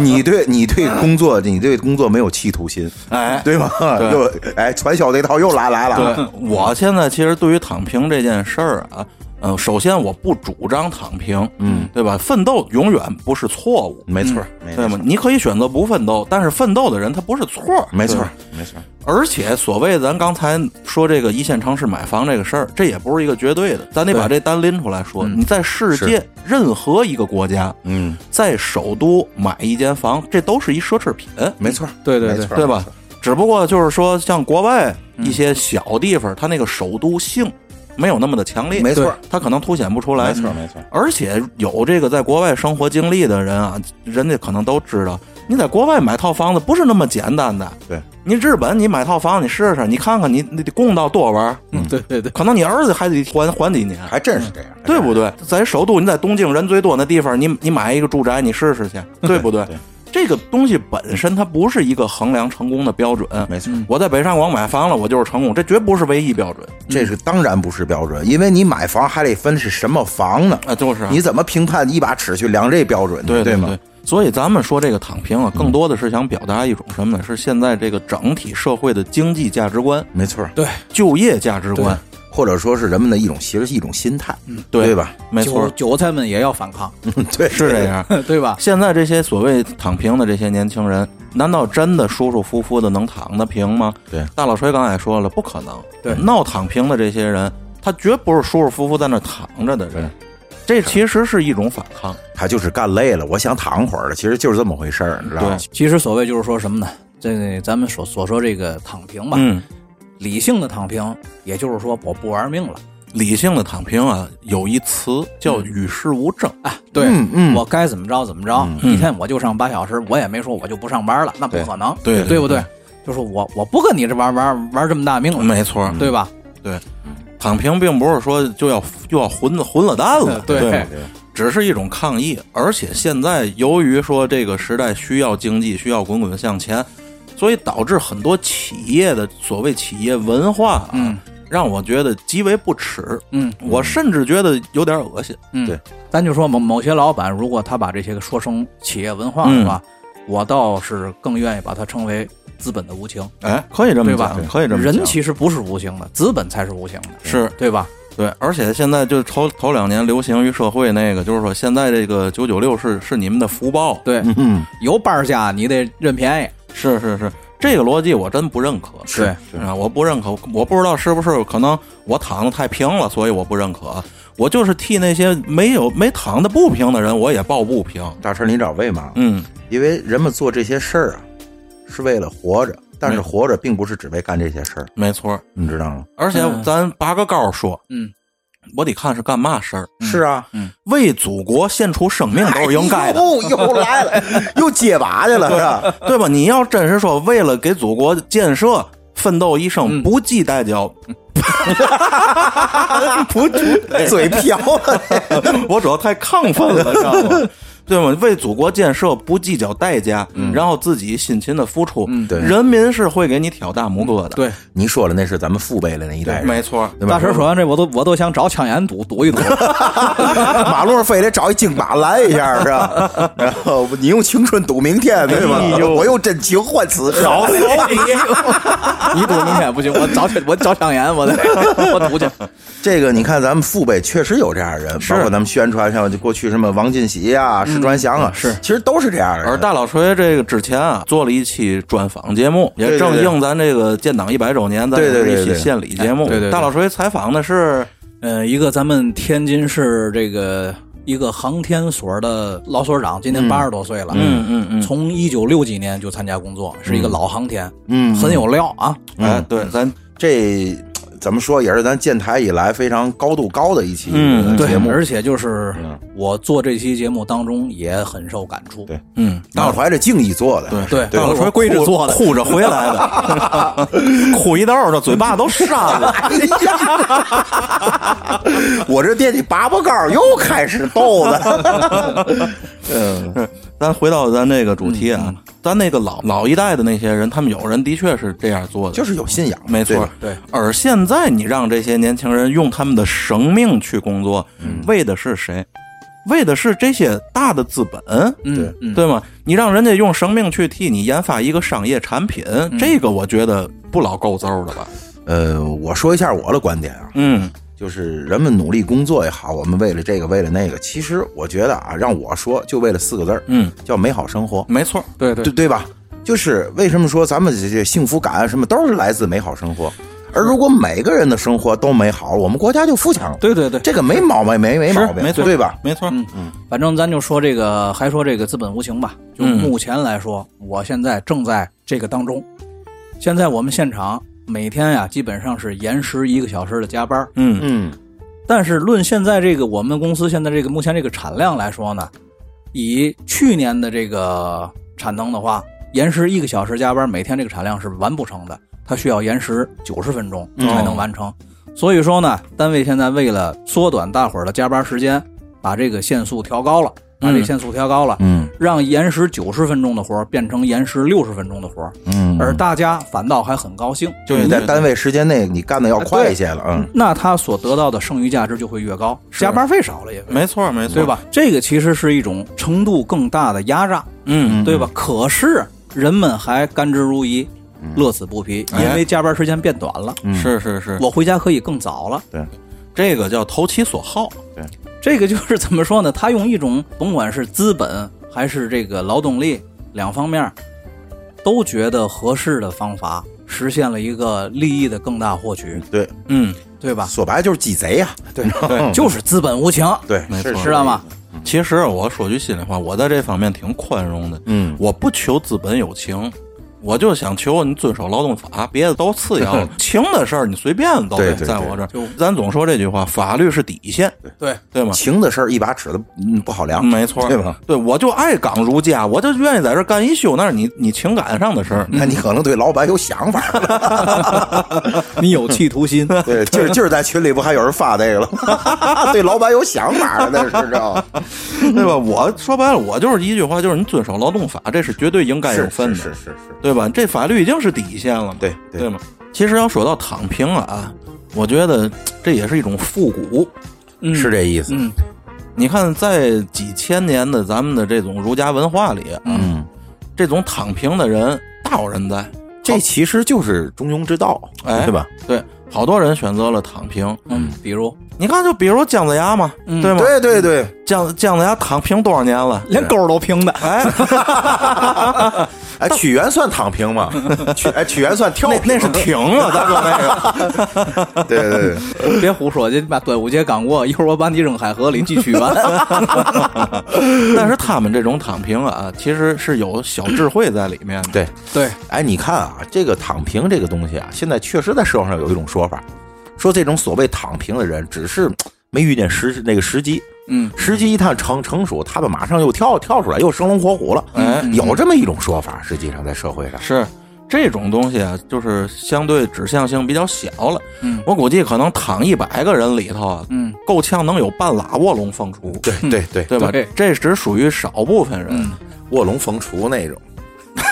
[SPEAKER 2] 你对你对工作，你对工作没有企图心，
[SPEAKER 1] 哎
[SPEAKER 2] 对吗？又哎，传销这套又来来了，啊
[SPEAKER 1] 对，我现在其实对于躺平这件事儿啊，嗯、首先我不主张躺平，嗯，对吧？奋斗永远不是错误，
[SPEAKER 2] 没错，没
[SPEAKER 1] 对
[SPEAKER 2] 错
[SPEAKER 1] 吗，？你可以选择不奋斗，但是奋斗的人他不是错儿，
[SPEAKER 2] 没错
[SPEAKER 1] 对吧，
[SPEAKER 2] 没错，
[SPEAKER 1] 而且所谓咱刚才说这个一线城市买房这个事儿，这也不是一个绝对的，咱得把这单拎出来说。你在世界任何一个国家，
[SPEAKER 2] 嗯，
[SPEAKER 1] 在首都买一间房，这都是一奢侈品，
[SPEAKER 2] 没错，
[SPEAKER 3] 对对对
[SPEAKER 2] 没错
[SPEAKER 1] 对吧？？只不过就是说，像国外
[SPEAKER 2] 嗯
[SPEAKER 1] 一些小地方，它那个首都性没有那么的强烈，
[SPEAKER 2] 没错
[SPEAKER 1] 对，它可能凸显不出来。嗯
[SPEAKER 2] 没错，没错，
[SPEAKER 1] 而且有这个在国外生活经历的人啊，人家可能都知道，你在国外买套房子不是那么简单的。
[SPEAKER 2] 对，
[SPEAKER 1] 你日本你买套房，你试试，你看看你你得供到多少玩儿，
[SPEAKER 2] 嗯
[SPEAKER 3] 对对对，
[SPEAKER 1] 可能你儿子还得还还几年，
[SPEAKER 2] 还真是这样，
[SPEAKER 1] 对不对？在首都，你在东京人最多那地方，你你买一个住宅，你试试去，对不对？
[SPEAKER 2] 对
[SPEAKER 1] 这个东西本身它不是一个衡量成功的标准。
[SPEAKER 2] 没错。
[SPEAKER 1] 我在北上广买房了，我就是成功，这绝不是唯一标准。
[SPEAKER 2] 这是当然不是标准，因为你买房还得分是什么房呢？
[SPEAKER 1] 啊，就是啊
[SPEAKER 2] 你怎么评判一把尺去量这标准呢？
[SPEAKER 1] 对
[SPEAKER 2] 对
[SPEAKER 1] 对
[SPEAKER 2] 吗？
[SPEAKER 1] 所以咱们说这个躺平啊，更多的是想表达一种什么呢？是现在这个整体社会的经济价值观、
[SPEAKER 2] 没错，
[SPEAKER 3] 对
[SPEAKER 1] 就业价值观，
[SPEAKER 2] 或者说是人们的一种，其实是一种心态，
[SPEAKER 1] 嗯对
[SPEAKER 2] 对吧？
[SPEAKER 1] 没错嗯
[SPEAKER 3] 韭，韭菜们也要反抗，
[SPEAKER 2] 对，
[SPEAKER 1] 是这样。
[SPEAKER 3] 对吧？
[SPEAKER 1] 啊现在这些所谓躺平的这些年轻人，难道真的舒舒服服的能躺得平吗？
[SPEAKER 2] 对
[SPEAKER 1] 大老锤刚才也说了，不可能。
[SPEAKER 3] 对
[SPEAKER 1] 闹躺平的这些人，他绝不是舒舒服服在那躺着的人
[SPEAKER 2] 对，
[SPEAKER 1] 这其实是一种反抗。
[SPEAKER 2] 他就是干累了，我想躺会儿了，其实就是这么回事儿，你知道吗？
[SPEAKER 3] 其实所谓就是说什么呢？这咱们所所说这个躺平吧，
[SPEAKER 1] 嗯，
[SPEAKER 3] 理性的躺平，也就是说我不玩命了。
[SPEAKER 1] 理性的躺平啊，有一词叫与世无争。
[SPEAKER 3] 对，
[SPEAKER 2] 嗯嗯
[SPEAKER 3] 我该怎么着怎么着，一天我就上八小时，我也没说我就不上班了，那不
[SPEAKER 2] 对
[SPEAKER 3] 可能，
[SPEAKER 1] 嗯对对
[SPEAKER 3] 对不对？就是我我不跟你这玩玩玩这么大命了，
[SPEAKER 1] 没错，
[SPEAKER 3] 嗯对吧？
[SPEAKER 1] 对，躺平并不是说就要就要混了混了蛋了，
[SPEAKER 3] 对
[SPEAKER 1] 吗
[SPEAKER 2] 对
[SPEAKER 1] 只是一种抗议。而且现在由于说这个时代需要经济，需要滚滚向前，所以导致很多企业的所谓企业文化啊，让我觉得极为不耻。
[SPEAKER 3] 嗯，
[SPEAKER 1] 我甚至觉得有点恶心。
[SPEAKER 3] 嗯，
[SPEAKER 2] 对。
[SPEAKER 3] 咱就说某某些老板，如果他把这些个说成企业文化是
[SPEAKER 1] 嗯
[SPEAKER 3] 吧？我倒是更愿意把它称为资本的无情。
[SPEAKER 1] 哎，可以这么
[SPEAKER 3] 对吧
[SPEAKER 1] 讲，可以这么讲。
[SPEAKER 3] 人其实不是无形的，资本才是无形的，
[SPEAKER 1] 是
[SPEAKER 3] 对吧？
[SPEAKER 1] 对，而且现在就头头两年流行于社会那个，就是说现在这个九九六是是你们的福报，
[SPEAKER 3] 对，
[SPEAKER 2] 嗯，
[SPEAKER 3] 有班儿价你得认便宜，
[SPEAKER 1] 是是是，这个逻辑我真不认可。
[SPEAKER 3] 是
[SPEAKER 1] 是啊，我不认可，我不知道是不是可能我躺的太平了，所以我不认可。啊我就是替那些没有没躺的不平的人，我也抱不平。
[SPEAKER 2] 大成，你知道为嘛吗？
[SPEAKER 1] 嗯，
[SPEAKER 2] 因为人们做这些事儿啊，是为了活着，但是活着并不是只为干这些事儿，
[SPEAKER 1] 没错。
[SPEAKER 2] 你知道吗？
[SPEAKER 1] 而且
[SPEAKER 3] 嗯
[SPEAKER 1] 咱拔个高说，
[SPEAKER 3] 嗯，
[SPEAKER 1] 我得看是干嘛事儿，
[SPEAKER 2] 是啊，
[SPEAKER 1] 嗯为祖国献出生命都是应该的。
[SPEAKER 2] 又又来了，又结巴 去了，是吧？
[SPEAKER 1] 对吧？你要真是说为了给祖国建设奋斗一
[SPEAKER 2] 嗯
[SPEAKER 1] 生，不计代 价，不不，
[SPEAKER 2] 嘴瓢了，
[SPEAKER 1] 我主要太亢奋了，知道吗？对吗？为祖国建设不计较代价，然后自己辛勤的付出，
[SPEAKER 2] 嗯对
[SPEAKER 1] 人民是会给你挑大拇哥的。
[SPEAKER 3] 对。
[SPEAKER 2] 你说了，那是咱们父辈的那一代人，
[SPEAKER 1] 没错。
[SPEAKER 2] 哎对吧
[SPEAKER 3] 大神说完这，我都我都想找抢眼赌赌一赌。
[SPEAKER 2] 马路上非得找一警马拦一下，是 吧？然后你用青春赌明天，对吗？
[SPEAKER 1] 哎呦
[SPEAKER 2] 我用真情换此生。
[SPEAKER 3] 你赌明天不行，我找我找抢眼， 我得我赌去。
[SPEAKER 2] 这个你看，咱们父辈确实有这样的人，包括咱们宣传像过去什么王进喜啊、石传祥啊，是，其实都是这样的
[SPEAKER 1] 嗯
[SPEAKER 2] 人。
[SPEAKER 1] 而大老锤这个之前啊，做了一期专访节目，也
[SPEAKER 2] 对对
[SPEAKER 1] 正
[SPEAKER 2] 对
[SPEAKER 1] 应咱这个建党一百周年，咱也
[SPEAKER 2] 对对
[SPEAKER 1] 是一
[SPEAKER 2] 对
[SPEAKER 1] 期
[SPEAKER 2] 对
[SPEAKER 1] 献礼节目。
[SPEAKER 3] 哎对对对
[SPEAKER 1] 大老锤采访的是
[SPEAKER 3] 呃，一个咱们天津市这个一个航天所的老所长，今年八十多岁了，嗯嗯嗯，从一九六几年就参加工作，是一个老航天，嗯，很有料啊。
[SPEAKER 2] 嗯
[SPEAKER 1] 哎，对，咱
[SPEAKER 2] 这怎么说，也是咱建台以来非常高度高的一期
[SPEAKER 1] 嗯
[SPEAKER 2] 节目。
[SPEAKER 3] 而且就是我做这期节目当中也很受感触。
[SPEAKER 2] 对
[SPEAKER 1] 嗯，
[SPEAKER 2] 大伙怀着敬意做的，哎
[SPEAKER 3] 对
[SPEAKER 1] 大老
[SPEAKER 3] 我
[SPEAKER 1] 锤
[SPEAKER 3] 跪着做的，
[SPEAKER 1] 哭着回来 的，哭一道儿，这嘴巴都扇 了。
[SPEAKER 2] 我这惦记拔拔高又 开始逗了。
[SPEAKER 1] 嗯咱回到咱这个主题啊，但那个老老一代的那些人，他们有人的确是这样做的，
[SPEAKER 2] 就是有信仰，
[SPEAKER 1] 没
[SPEAKER 2] 对
[SPEAKER 1] 错
[SPEAKER 2] 吧，
[SPEAKER 3] 对。
[SPEAKER 1] 而现在你让这些年轻人用他们的生命去工作，为的是谁？为的是这些大的资本，
[SPEAKER 3] 嗯嗯，
[SPEAKER 1] 对吗？你让人家用生命去替你研发一个商业产品，这个我觉得不老够揍的吧？
[SPEAKER 2] 呃，我说一下我的观点啊，
[SPEAKER 1] 嗯
[SPEAKER 2] 就是人们努力工作也好，我们为了这个，为了那个，其实我觉得啊，让我说，就为了四个字儿，
[SPEAKER 1] 嗯，
[SPEAKER 2] 叫美好生活，
[SPEAKER 1] 没错，
[SPEAKER 3] 对对
[SPEAKER 2] 对对吧？就是为什么说咱们这这幸福感啊什么都是来自美好生活，而如果每个人的生活都美好，我们国家就富强了。
[SPEAKER 3] 对对对，
[SPEAKER 2] 这个没毛病，没没
[SPEAKER 1] 是
[SPEAKER 2] 毛病，
[SPEAKER 1] 没错，
[SPEAKER 2] 对吧？？
[SPEAKER 1] 没错，
[SPEAKER 3] 嗯嗯，反正咱就说这个，还说这个资本无情吧。就
[SPEAKER 1] 嗯
[SPEAKER 3] 目前来说，我现在正在这个当中。现在我们现场每天呀，基本上是延时一个小时的加班儿。
[SPEAKER 1] 嗯
[SPEAKER 2] 嗯，
[SPEAKER 3] 但是论现在这个我们公司现在这个目前这个产量来说呢，以去年的这个产能的话，延时一个小时加班，每天这个产量是完不成的，它需要延时九十分钟才能完成。所以说呢，单位现在为了缩短大伙儿的加班时间，把这个限速调高了，把这个限速调高了，
[SPEAKER 2] 嗯
[SPEAKER 3] 让延时九十分钟的活儿变成延时六十分钟的活儿，
[SPEAKER 2] 嗯，
[SPEAKER 3] 而大家反倒还很高兴。
[SPEAKER 2] 就你在单位时间内你干的
[SPEAKER 1] 啊
[SPEAKER 2] 要快一些了，嗯
[SPEAKER 3] 那他所得到的剩余价值就会越高，加班费少了也会
[SPEAKER 1] 没错，没错，
[SPEAKER 3] 对？吧？这个其实是一种程度更大的压榨，
[SPEAKER 1] 嗯，
[SPEAKER 3] 对吧？可是人们还甘之如饴，乐此不疲，
[SPEAKER 1] 哎嗯
[SPEAKER 3] 因为加班时间变短了，
[SPEAKER 2] 嗯
[SPEAKER 1] 是是是，
[SPEAKER 3] 我回家可以更早了。
[SPEAKER 2] 对，
[SPEAKER 1] 这个叫投其所好，
[SPEAKER 3] 这个就是怎么说呢？他用一种甭管是资本还是这个劳动力两方面都觉得合适的方法，实现了一个利益的更大获取，
[SPEAKER 2] 对，
[SPEAKER 1] 嗯，
[SPEAKER 3] 对吧？
[SPEAKER 2] 说白了就是鸡贼呀， 对
[SPEAKER 1] 对
[SPEAKER 3] 就是资本无情，
[SPEAKER 2] 对，
[SPEAKER 1] 没
[SPEAKER 2] 是
[SPEAKER 1] 错
[SPEAKER 2] 是
[SPEAKER 3] 知道吗？
[SPEAKER 1] 其实我说句心里话，我在这方面挺宽容的。
[SPEAKER 2] 嗯
[SPEAKER 1] 我不求资本有情，我就想求你遵守劳动法，别的都次要。 情的事儿你随便都
[SPEAKER 2] 对对
[SPEAKER 1] 在我这儿。咱总说这句话，法律是底线，
[SPEAKER 3] 对，
[SPEAKER 1] 对吗？
[SPEAKER 2] 情的事儿一把尺子嗯不好量，
[SPEAKER 1] 没错，
[SPEAKER 2] 对吧？？
[SPEAKER 1] 对，我就爱港如家，我就愿意在这儿干一宿，那是你你情感上的事 儿。
[SPEAKER 2] 那你可能对老板有想法了，
[SPEAKER 3] 你有企图心，
[SPEAKER 2] 对，今儿今儿在群里不还有人发这个了？ 对老板有想法了，那是知 道吗？
[SPEAKER 1] 对吧？我说白了，我就是一句话，就是你遵守劳动法，这是绝对应该有
[SPEAKER 2] 是
[SPEAKER 1] 分
[SPEAKER 2] 是
[SPEAKER 1] 的，
[SPEAKER 2] 是是是，
[SPEAKER 1] 对吧？这法律已经是底线了嘛，
[SPEAKER 2] 对对
[SPEAKER 1] 对吗？其实要说到躺平啊，我觉得这也是一种复古。
[SPEAKER 3] 嗯
[SPEAKER 2] 是这意思。
[SPEAKER 3] 嗯，
[SPEAKER 1] 你看，在几千年的咱们的这种儒家文化里，啊
[SPEAKER 2] 嗯，
[SPEAKER 1] 这种躺平的人大有人在，
[SPEAKER 2] 这其实就是中庸之道，
[SPEAKER 1] 哎，
[SPEAKER 2] 对吧？？
[SPEAKER 1] 对，好多人选择了躺平。
[SPEAKER 3] 嗯，比如
[SPEAKER 1] 你看，就比如姜子牙嘛，
[SPEAKER 3] 嗯
[SPEAKER 1] 对吗？
[SPEAKER 2] 对对对，
[SPEAKER 1] 姜姜子牙躺平多少年了？
[SPEAKER 3] 连勾都平的，
[SPEAKER 1] 哎，
[SPEAKER 2] 哎，屈原算躺平吗？屈哎，屈原算跳
[SPEAKER 1] 那
[SPEAKER 2] 平
[SPEAKER 1] 那是啊停 了，大哥那个。
[SPEAKER 2] 对对对，
[SPEAKER 3] 别胡说，这把端午节刚过，一会儿我把你扔海河里，继续 玩。
[SPEAKER 1] 但是他们这种躺平啊，其实是有小智慧在里面的。
[SPEAKER 2] 对
[SPEAKER 3] 对，
[SPEAKER 2] 哎，你看啊，这个躺平这个东西啊，现在确实在社会上有一种说法，说这种所谓躺平的人，只是没遇见时那个时机。
[SPEAKER 3] 嗯，
[SPEAKER 2] 时机一旦成成熟，他们马上又跳跳出来，又生龙活虎了。
[SPEAKER 1] 哎
[SPEAKER 2] 有这么一种说法，实际上在社会上，
[SPEAKER 1] 是这种东西啊，就是相对指向性比较小了。
[SPEAKER 3] 嗯
[SPEAKER 1] 我估计可能躺一百个人里头啊，
[SPEAKER 3] 嗯，
[SPEAKER 1] 够呛能有半拉卧龙凤雏，
[SPEAKER 2] 对对对，
[SPEAKER 1] 对吧？
[SPEAKER 3] 对
[SPEAKER 1] 这只属于少部分人。
[SPEAKER 2] 卧龙凤雏那种。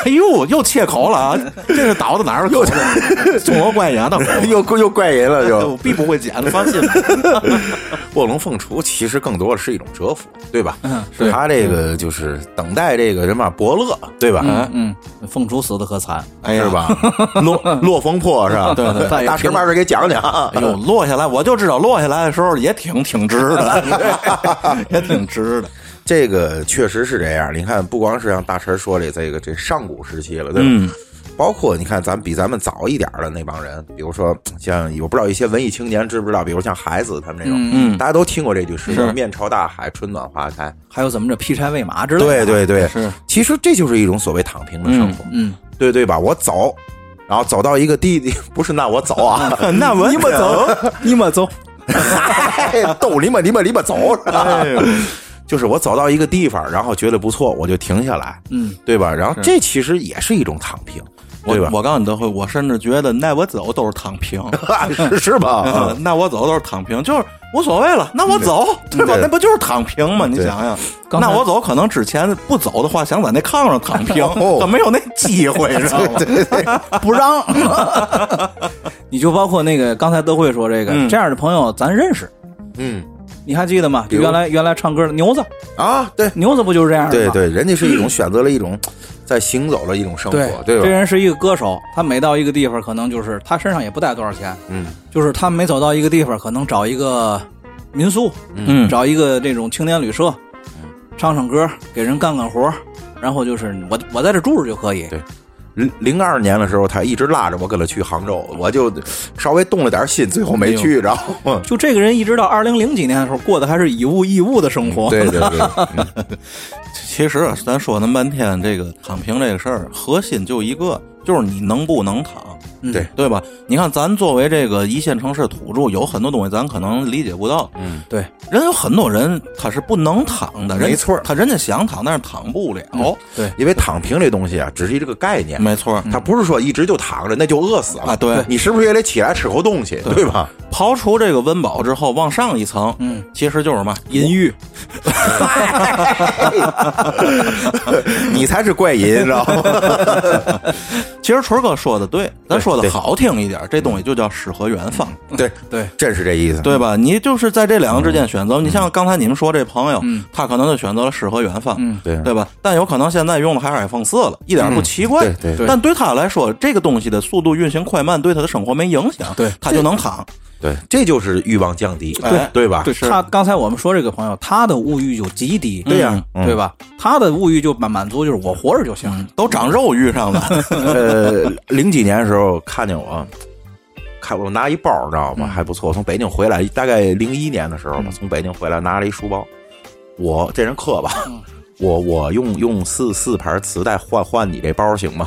[SPEAKER 1] 哎呦，又切口了啊！这是倒到哪儿的口子？ 中国怪牙的口子。哎
[SPEAKER 2] 又又怪人了，
[SPEAKER 1] 我必不会剪的，放心。
[SPEAKER 2] 哎卧龙凤雏其实更多的是一种折服，对吧？
[SPEAKER 3] 嗯，
[SPEAKER 1] 是
[SPEAKER 2] 他这个就是等待这个什么伯乐，对吧？
[SPEAKER 3] 嗯，凤雏死的可惨，
[SPEAKER 1] 哎呀
[SPEAKER 2] 是？吧？落落风坡是吧？
[SPEAKER 1] 对对
[SPEAKER 3] 对
[SPEAKER 2] 大石慢慢给讲讲啊。
[SPEAKER 1] 哎呦，落下来我就知道，落下来的时候也挺挺直的，也挺直的。
[SPEAKER 2] 这个确实是这样。你看，不光是像大陈说的这个这上古时期了，对吧？
[SPEAKER 1] 嗯
[SPEAKER 2] 包括你看，咱比咱们早一点儿的那帮人，比如说像我不知道一些文艺青年知不知道，比如像海子他们这种，
[SPEAKER 1] 嗯
[SPEAKER 2] 大家都听过这句诗，
[SPEAKER 1] 是
[SPEAKER 2] 叫“面朝大海，春暖花开
[SPEAKER 3] 还有怎么着劈柴喂马之”。
[SPEAKER 2] 对
[SPEAKER 3] 类的。
[SPEAKER 2] 对对，
[SPEAKER 1] 是，
[SPEAKER 2] 其实这就是一种所谓躺平的生活，
[SPEAKER 3] 嗯，
[SPEAKER 2] 对对吧？我走，然后走到一个地，不是那我走 啊，
[SPEAKER 1] 那我
[SPEAKER 3] 你们 走，你们走，
[SPEAKER 2] 嗨逗你们，你们你们走，是
[SPEAKER 1] 哎
[SPEAKER 2] 吧？就是我走到一个地方，然后觉得不错，我就停下来，
[SPEAKER 3] 嗯，
[SPEAKER 2] 对吧？然后这其实也是一种躺平，
[SPEAKER 1] 我
[SPEAKER 2] 对吧
[SPEAKER 1] 我告诉你，都会，我甚至觉得那我走都是躺 平，
[SPEAKER 2] 啊
[SPEAKER 1] 嗯
[SPEAKER 2] 是是吧？
[SPEAKER 1] 那我走都是躺平，就是无所谓了。那我走，对吧？
[SPEAKER 2] 对
[SPEAKER 1] 那不就是躺平吗？你
[SPEAKER 2] 对
[SPEAKER 1] 想想，
[SPEAKER 3] 刚才
[SPEAKER 1] 那我走可能之前不走的话，想在那炕上躺平
[SPEAKER 2] 哦，
[SPEAKER 1] 可没有那机 会，知道吗？
[SPEAKER 3] 不让。你就包括那个刚才德惠说这个、
[SPEAKER 1] 嗯
[SPEAKER 3] 这样的朋友，咱认识，
[SPEAKER 2] 嗯
[SPEAKER 3] 你还记得吗？
[SPEAKER 2] 比如
[SPEAKER 3] 原来原来唱歌的牛子，
[SPEAKER 2] 啊，对
[SPEAKER 3] 牛子不就是这样的
[SPEAKER 2] 对
[SPEAKER 3] 吗？
[SPEAKER 2] 对，人家是一种选择了一种在行走了一种生活，对
[SPEAKER 3] 这
[SPEAKER 2] 吧？
[SPEAKER 3] 人是一个歌手，他每到一个地方，可能就是他身上也不带多少钱，
[SPEAKER 2] 嗯，
[SPEAKER 3] 就是他每走到一个地方，可能找一个民宿，
[SPEAKER 1] 嗯
[SPEAKER 3] 找一个这种青年旅社，唱唱歌，给人干干活，然后就是我我在这住着就可以。
[SPEAKER 2] 对零零二年的时候，他一直拉着我跟他去杭州，我就稍微动了点心，最后没去，然后
[SPEAKER 3] 就这个人一直到二零零几年的时候，过的还是以物易物的生活。
[SPEAKER 2] 对对对，嗯
[SPEAKER 1] 其实啊咱说那么半天这个躺平这个事儿，核心就一个，就是你能不能躺，
[SPEAKER 3] 嗯
[SPEAKER 2] 对
[SPEAKER 1] 对吧？你看，咱作为这个一线城市土著，有很多东西咱可能理解不到。嗯，
[SPEAKER 3] 对，
[SPEAKER 1] 人有很多人他是不能躺的，人
[SPEAKER 2] 没错儿嗯
[SPEAKER 1] 他人家想躺，但是躺不了。
[SPEAKER 3] 对
[SPEAKER 2] 因为躺平这东西啊，只是一这个概念，
[SPEAKER 1] 哦没错儿，
[SPEAKER 2] 他不是说一直就躺着那就饿死了
[SPEAKER 1] 啊对
[SPEAKER 2] 你是不是也得起来吃口东西，对吧？
[SPEAKER 1] 刨除这个温饱之后，往上一层，
[SPEAKER 3] 嗯，
[SPEAKER 1] 其实就是嘛，
[SPEAKER 3] 淫欲，
[SPEAKER 2] 你才是怪人，知道吗？
[SPEAKER 1] 其实春哥说的对，咱
[SPEAKER 2] 对
[SPEAKER 1] 说的
[SPEAKER 2] 对嗯
[SPEAKER 1] 好听一点，这东西就叫诗和远方，
[SPEAKER 2] 对
[SPEAKER 3] 对，
[SPEAKER 2] 真是这意思。
[SPEAKER 1] 对吧？你就是在这两个之间选择。你像刚才你们说这朋友，他可能就选择了诗和远方，
[SPEAKER 3] 嗯
[SPEAKER 2] 对
[SPEAKER 1] 对吧？但有可能现在用的还是 iPhone 四了，一点不奇怪。
[SPEAKER 2] 嗯对对对
[SPEAKER 1] 但对他来说，这个东西的速度运行快慢对他的生活没影响，
[SPEAKER 3] 对
[SPEAKER 1] 他就能躺。
[SPEAKER 2] 对，这就是欲望降低，
[SPEAKER 1] 对
[SPEAKER 2] 对吧？
[SPEAKER 1] 对是
[SPEAKER 3] 他刚才我们说这个朋友，他的物欲就极低，
[SPEAKER 1] 对呀
[SPEAKER 3] 嗯对吧？他的物欲就满满足，就是我活着就行。
[SPEAKER 1] 都长肉欲上了，
[SPEAKER 2] 呃，零几年的时候看见我，看我拿一包，你知道吗？还不错。我从北京回来，大概零一年的时候吧，从北京回来拿了一书包。我这人磕吧，我我用用四四盘磁带换换你这包行吗？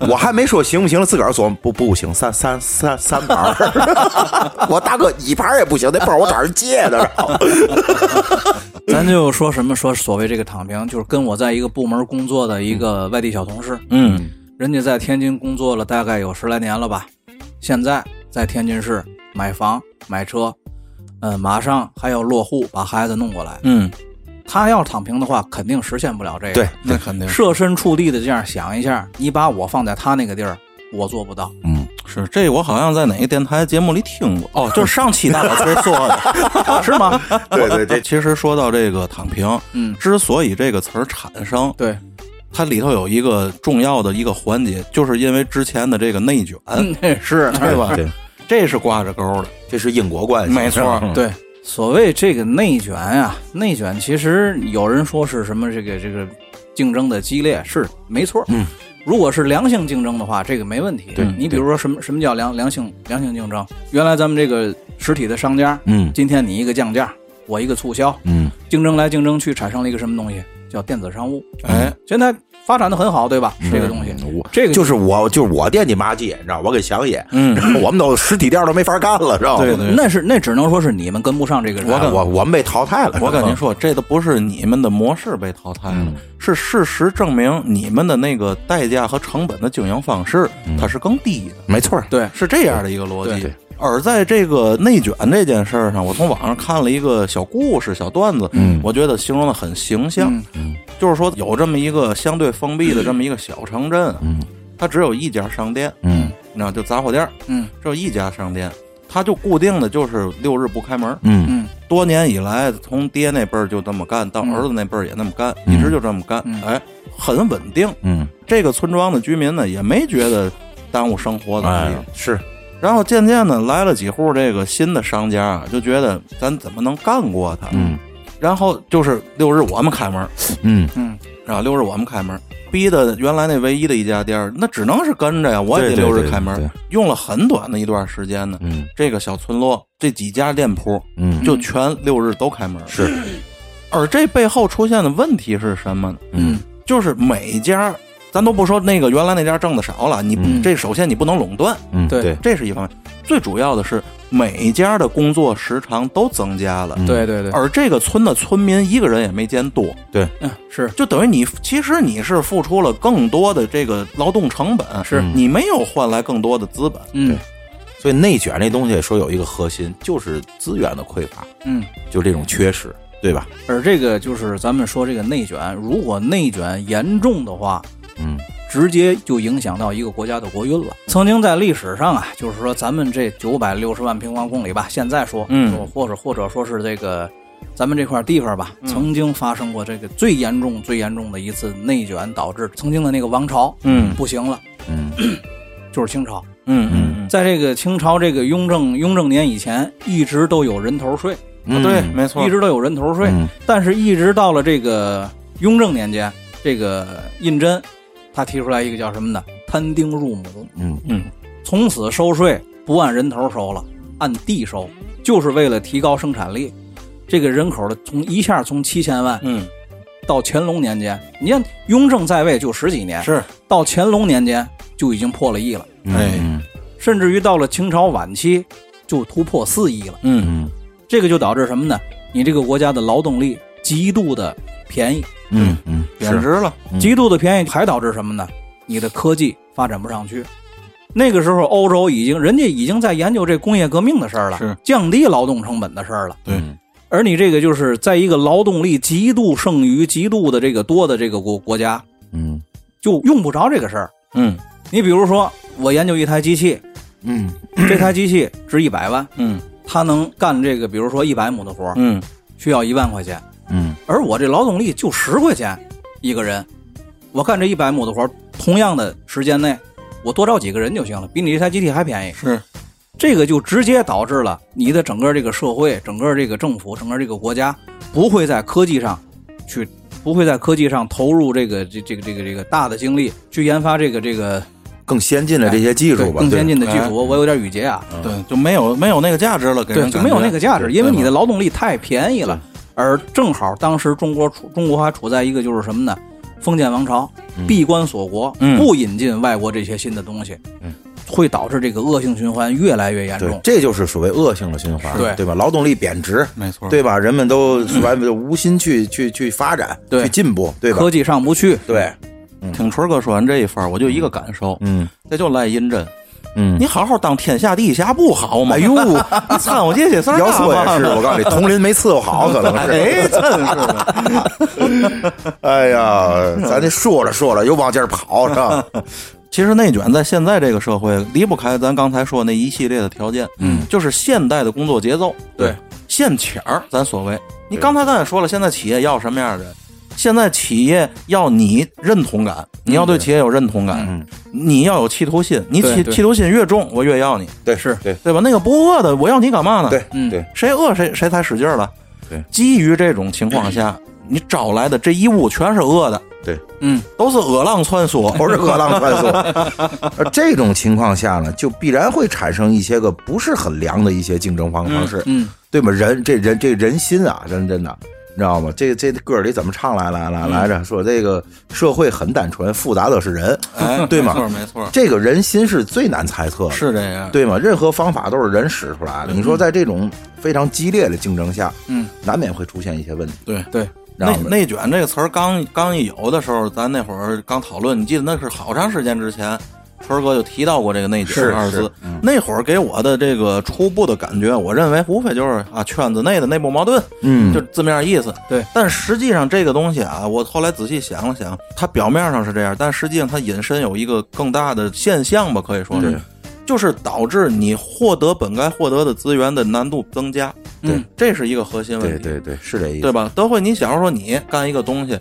[SPEAKER 2] 我还没说行不行了，自个儿琢磨不不行，三三三三盘儿。我大哥一盘儿也不行，那包我找人借的。
[SPEAKER 3] 咱就说什么说所谓这个躺平，就是跟我在一个部门工作的一个外地小同事，
[SPEAKER 1] 嗯，
[SPEAKER 3] 人家在天津工作了大概有十来年了吧，现在在天津市买房买车，嗯、马上还要落户把孩子弄过来。
[SPEAKER 1] 嗯，
[SPEAKER 3] 他要躺平的话，肯定实现不了这个。
[SPEAKER 2] 对，
[SPEAKER 1] 那肯定
[SPEAKER 3] 设身处地的这样想一下，你把我放在他那个地儿，我做不到。
[SPEAKER 2] 嗯，
[SPEAKER 1] 是这我好像在哪个电台节目里听过，哦，就是上期大老崔说的。
[SPEAKER 3] 是吗？
[SPEAKER 2] 对对对，
[SPEAKER 1] 其实说到这个躺平，
[SPEAKER 3] 嗯
[SPEAKER 1] 之所以这个词儿产生，
[SPEAKER 3] 对，
[SPEAKER 1] 它里头有一个重要的一个环节，就是因为之前的这个内卷，
[SPEAKER 3] 嗯，是，
[SPEAKER 1] 对吧？
[SPEAKER 2] 对，
[SPEAKER 1] 这是挂着钩的，
[SPEAKER 2] 这是因果关系，
[SPEAKER 1] 没错
[SPEAKER 2] 嗯
[SPEAKER 3] 对。所谓这个内卷呀、内卷其实有人说是什么这个这个竞争的激烈是没错，嗯，如果是良性竞争的话，这个没问题。
[SPEAKER 2] 对
[SPEAKER 3] 你比如说什么什么叫良良性良性竞争？原来咱们这个实体的商家，
[SPEAKER 2] 嗯
[SPEAKER 3] 今天你一个降价，我一个促销，
[SPEAKER 2] 嗯，
[SPEAKER 3] 竞争来竞争去，产生了一个什么东西叫电子商务，
[SPEAKER 1] 哎，
[SPEAKER 3] 现在发展的很好，对吧？这个东西，
[SPEAKER 2] 嗯我
[SPEAKER 3] 这个
[SPEAKER 2] 就是我就是我惦记骂街，你知道，我给祥爷，
[SPEAKER 1] 嗯，
[SPEAKER 2] 我们都实体店都没法干了，知道吗？哎
[SPEAKER 1] 对对
[SPEAKER 3] 那是那只能说是你们跟不上这个人。嗯
[SPEAKER 2] 我我我们被淘汰了，
[SPEAKER 1] 我跟您
[SPEAKER 2] 说，
[SPEAKER 1] 说，这都不是你们的模式被淘汰了，是事实证明你们的那个代价和成本的经营方式，它是更低的，
[SPEAKER 2] 没错儿，
[SPEAKER 3] 对
[SPEAKER 1] 是这样的一个逻
[SPEAKER 3] 对
[SPEAKER 1] 辑
[SPEAKER 2] 对。
[SPEAKER 1] 而在这个内卷这件事儿上，我从网上看了一个小故事、小段子，我觉得形容的很形象。就是说，有这么一个相对封闭的这么一个小城镇，它只有一家商店，
[SPEAKER 2] 嗯
[SPEAKER 1] 你知道，就杂货店儿，
[SPEAKER 3] 嗯
[SPEAKER 1] 只有一家商店，它就固定的就是六日不开门。
[SPEAKER 2] 嗯
[SPEAKER 3] 嗯
[SPEAKER 1] 多年以来，从爹那辈儿就这么干，到儿子那辈儿也那么干，一直就这么干，哎，很稳定。
[SPEAKER 2] 嗯，
[SPEAKER 1] 这个村庄的居民呢，也没觉得耽误生活怎么
[SPEAKER 2] 哎
[SPEAKER 1] 地。
[SPEAKER 2] 是，
[SPEAKER 1] 然后渐渐的来了几户这个新的商家啊，就觉得咱怎么能干过他？
[SPEAKER 2] 嗯，
[SPEAKER 1] 然后就是六日我们开门，
[SPEAKER 2] 嗯
[SPEAKER 3] 嗯，
[SPEAKER 1] 啊，六日我们开门，逼的原来那唯一的一家店儿，那只能是跟着呀，我也得
[SPEAKER 2] 对对
[SPEAKER 1] 六日
[SPEAKER 2] 对
[SPEAKER 1] 开门。
[SPEAKER 2] 对
[SPEAKER 1] 用了很短的一段时间呢，
[SPEAKER 2] 嗯
[SPEAKER 1] 这个小村落这几家店铺
[SPEAKER 2] 嗯
[SPEAKER 1] 就全六日都开门。
[SPEAKER 2] 是，
[SPEAKER 1] 而这背后出现的问题是什么呢？
[SPEAKER 2] 嗯
[SPEAKER 1] 就是每家，咱都不说那个原来那家挣的少了，你、
[SPEAKER 3] 嗯
[SPEAKER 1] 这首先你不能垄断，
[SPEAKER 2] 嗯
[SPEAKER 3] 对
[SPEAKER 2] 对，
[SPEAKER 1] 这是一方面。最主要的是，每家的工作时长都增加
[SPEAKER 2] 嗯
[SPEAKER 1] 了，
[SPEAKER 3] 对嗯对对，
[SPEAKER 1] 而这个村的村民一个人也没见多，
[SPEAKER 2] 对，
[SPEAKER 3] 嗯是
[SPEAKER 1] 就等于你其实你是付出了更多的这个劳动成本，
[SPEAKER 3] 是
[SPEAKER 1] 你没有换来更多的资本。
[SPEAKER 3] 嗯
[SPEAKER 2] 所以内卷这东西说有一个核心，就是资源的匮乏，
[SPEAKER 3] 嗯，
[SPEAKER 2] 就这种缺失，对吧？
[SPEAKER 3] 而这个就是咱们说这个内卷，如果内卷严重的话，
[SPEAKER 2] 嗯，
[SPEAKER 3] 直接就影响到一个国家的国运了。曾经在历史上啊，就是说咱们这九百六十万平方公里吧，现在说，
[SPEAKER 1] 嗯
[SPEAKER 3] 说或者或者说是这个咱们这块地方吧，
[SPEAKER 1] 嗯
[SPEAKER 3] 曾经发生过这个最严重、最严重的一次内卷，导致曾经的那个王朝，
[SPEAKER 1] 嗯
[SPEAKER 3] 不行了，
[SPEAKER 2] 嗯，
[SPEAKER 3] 就是清朝。
[SPEAKER 1] 嗯嗯
[SPEAKER 3] 在这个清朝这个雍正雍正年以前，一直都有人头税，
[SPEAKER 1] 嗯，对，没错，
[SPEAKER 3] 一直都有人头税，
[SPEAKER 2] 嗯
[SPEAKER 3] 但是一直到了这个雍正年间，这个胤禛他提出来一个叫什么呢？摊丁入亩，
[SPEAKER 2] 嗯
[SPEAKER 1] 嗯
[SPEAKER 3] 从此收税不按人头收了，按地收，就是为了提高生产力。这个人口的从一下从七千万
[SPEAKER 1] 嗯
[SPEAKER 3] 到乾隆年间，你看雍正在位就十几年，
[SPEAKER 1] 是，
[SPEAKER 3] 到乾隆年间就已经破了亿了，
[SPEAKER 2] 哎，
[SPEAKER 3] 甚至于到了清朝晚期就突破四亿了。
[SPEAKER 1] 嗯
[SPEAKER 2] 嗯
[SPEAKER 3] 这个就导致什么呢？你这个国家的劳动力极度的便宜，
[SPEAKER 2] 嗯嗯，
[SPEAKER 1] 贬值了，
[SPEAKER 2] 嗯
[SPEAKER 3] 极度的便宜还导致什么呢？你的科技发展不上去。那个时候，欧洲已经人家已经在研究这工业革命的事儿了，
[SPEAKER 1] 是
[SPEAKER 3] 降低劳动成本的事儿了。
[SPEAKER 1] 对，
[SPEAKER 3] 而你这个就是在一个劳动力极度剩余、极度的这个多的这个国国家，
[SPEAKER 2] 嗯
[SPEAKER 3] 就用不着这个事儿。
[SPEAKER 1] 嗯
[SPEAKER 3] 你比如说，我研究一台机器，
[SPEAKER 2] 嗯
[SPEAKER 3] 这台机器值一百万，
[SPEAKER 1] 嗯
[SPEAKER 3] 它能干这个，比如说一百亩的活儿，
[SPEAKER 1] 嗯
[SPEAKER 3] 需要一万块钱，
[SPEAKER 2] 嗯
[SPEAKER 3] 而我这劳动力就十块钱一个人，我干这一百亩的活儿，同样的时间内，我多招几个人就行了，比你这台机器还便宜。
[SPEAKER 1] 是，
[SPEAKER 3] 这个就直接导致了你的整个这个社会、整个这个政府、整个这个国家不会在科技上去，不会在科技上投入这个这这个这个这个大的精力去研发这个这个
[SPEAKER 2] 更先进的这些技术吧，嗯
[SPEAKER 3] 更先进的技
[SPEAKER 1] 哎
[SPEAKER 3] 术。我我有点语结啊，
[SPEAKER 1] 对，就没有没有那个价值了，给
[SPEAKER 3] 对，
[SPEAKER 1] 人
[SPEAKER 3] 就没有那个价值，因为你的
[SPEAKER 1] 的
[SPEAKER 3] 劳动力太便宜了。而正好当时中国处中国还处在一个就是什么呢？封建王朝，闭关锁国，
[SPEAKER 1] 嗯
[SPEAKER 3] 不引进外国这些新的东西，会导致这个恶性循环越来越
[SPEAKER 2] 嗯
[SPEAKER 3] 严
[SPEAKER 2] 对
[SPEAKER 3] 重，。
[SPEAKER 2] 这就是所谓恶性的循环，对吧？劳动力贬值，
[SPEAKER 1] 没错，
[SPEAKER 2] 对吧？人们都完无心去去去发展，去进步，对吧
[SPEAKER 3] 科？技上不去，
[SPEAKER 2] 对，
[SPEAKER 1] 听春哥说完这一番儿，我就一个感受，
[SPEAKER 2] 嗯
[SPEAKER 1] 这就赖阴真。
[SPEAKER 2] 嗯
[SPEAKER 1] 你。好好当天下第一侠不好吗？
[SPEAKER 2] 哎呦，
[SPEAKER 1] 你掺和这些事儿
[SPEAKER 2] 要
[SPEAKER 1] 干
[SPEAKER 2] 说
[SPEAKER 1] 嘛
[SPEAKER 2] 也是，
[SPEAKER 1] 呢
[SPEAKER 2] 我告诉你，佟林没伺候好，可能是。
[SPEAKER 1] 哎，真是的，
[SPEAKER 2] 哎呀，咱这说着说着又往这儿跑，是吧？
[SPEAKER 1] 其实内卷在现在这个社会离不开咱刚才说那一系列的条件，嗯，就是现代的工作节奏，
[SPEAKER 2] 对，
[SPEAKER 1] 现钱儿，咱所谓。你
[SPEAKER 2] 对
[SPEAKER 1] 刚才咱也说了，现在企业要什么样的人？现在企业要你认同感，你要对企业有认同感，
[SPEAKER 2] 嗯
[SPEAKER 1] 你要有企图心，你
[SPEAKER 3] 对
[SPEAKER 1] 企
[SPEAKER 3] 对
[SPEAKER 1] 企图心越重，我越要你，
[SPEAKER 2] 对，是对
[SPEAKER 1] 对吧？那个不饿的，我要你干嘛呢？
[SPEAKER 2] 对
[SPEAKER 3] 嗯
[SPEAKER 2] 对，
[SPEAKER 1] 谁饿谁谁才使劲儿了。
[SPEAKER 2] 对，
[SPEAKER 1] 基于这种情况 下，你找来的这一屋全是饿的，
[SPEAKER 2] 对，
[SPEAKER 3] 嗯，
[SPEAKER 1] 都是饿狼穿梭，
[SPEAKER 2] 不是饿狼穿 梭。而这种情况下呢，就必然会产生一些个不是很良的一些竞争方方式，
[SPEAKER 3] 嗯，
[SPEAKER 2] 对吗？人这人这人心啊，真真的。你知道吗？这这歌里怎么唱来来来
[SPEAKER 1] 嗯
[SPEAKER 2] 来着？说这个社会很单纯，复杂的是人，
[SPEAKER 1] 哎，
[SPEAKER 2] 对
[SPEAKER 1] 没
[SPEAKER 2] 吗？
[SPEAKER 1] 错，没错，
[SPEAKER 2] 这个人心是最难猜测的，
[SPEAKER 1] 是啊嗯这样。
[SPEAKER 2] 对吗？任何方法都是人使出来的。你说在这种非常激烈的竞争下，
[SPEAKER 3] 嗯，
[SPEAKER 2] 难免会出现一些问题。
[SPEAKER 1] 对
[SPEAKER 3] 对，
[SPEAKER 2] 然
[SPEAKER 1] 内
[SPEAKER 2] 后
[SPEAKER 1] 内卷这个词儿刚刚一有的时候，咱那会儿刚讨论，你记得那是好长时间之前，春儿哥就提到过这个内卷
[SPEAKER 2] 是
[SPEAKER 1] 二字
[SPEAKER 2] 是。
[SPEAKER 1] 那会儿给我的这个初步的感觉，我认为无非就是啊圈子内的内部矛盾，
[SPEAKER 2] 嗯
[SPEAKER 1] 就字面意思。
[SPEAKER 3] 对，
[SPEAKER 1] 但实际上这个东西啊，我后来仔细想了想，它表面上是这样，但实际上它引申有一个更大的现象吧，可以说是，就是导致你获得本该获得的资源的难度增加。
[SPEAKER 3] 对
[SPEAKER 1] 嗯，这是一个核心问题。
[SPEAKER 2] 对对对，是这意思。嗯
[SPEAKER 1] 对吧？德惠，你假如说你干一个东西，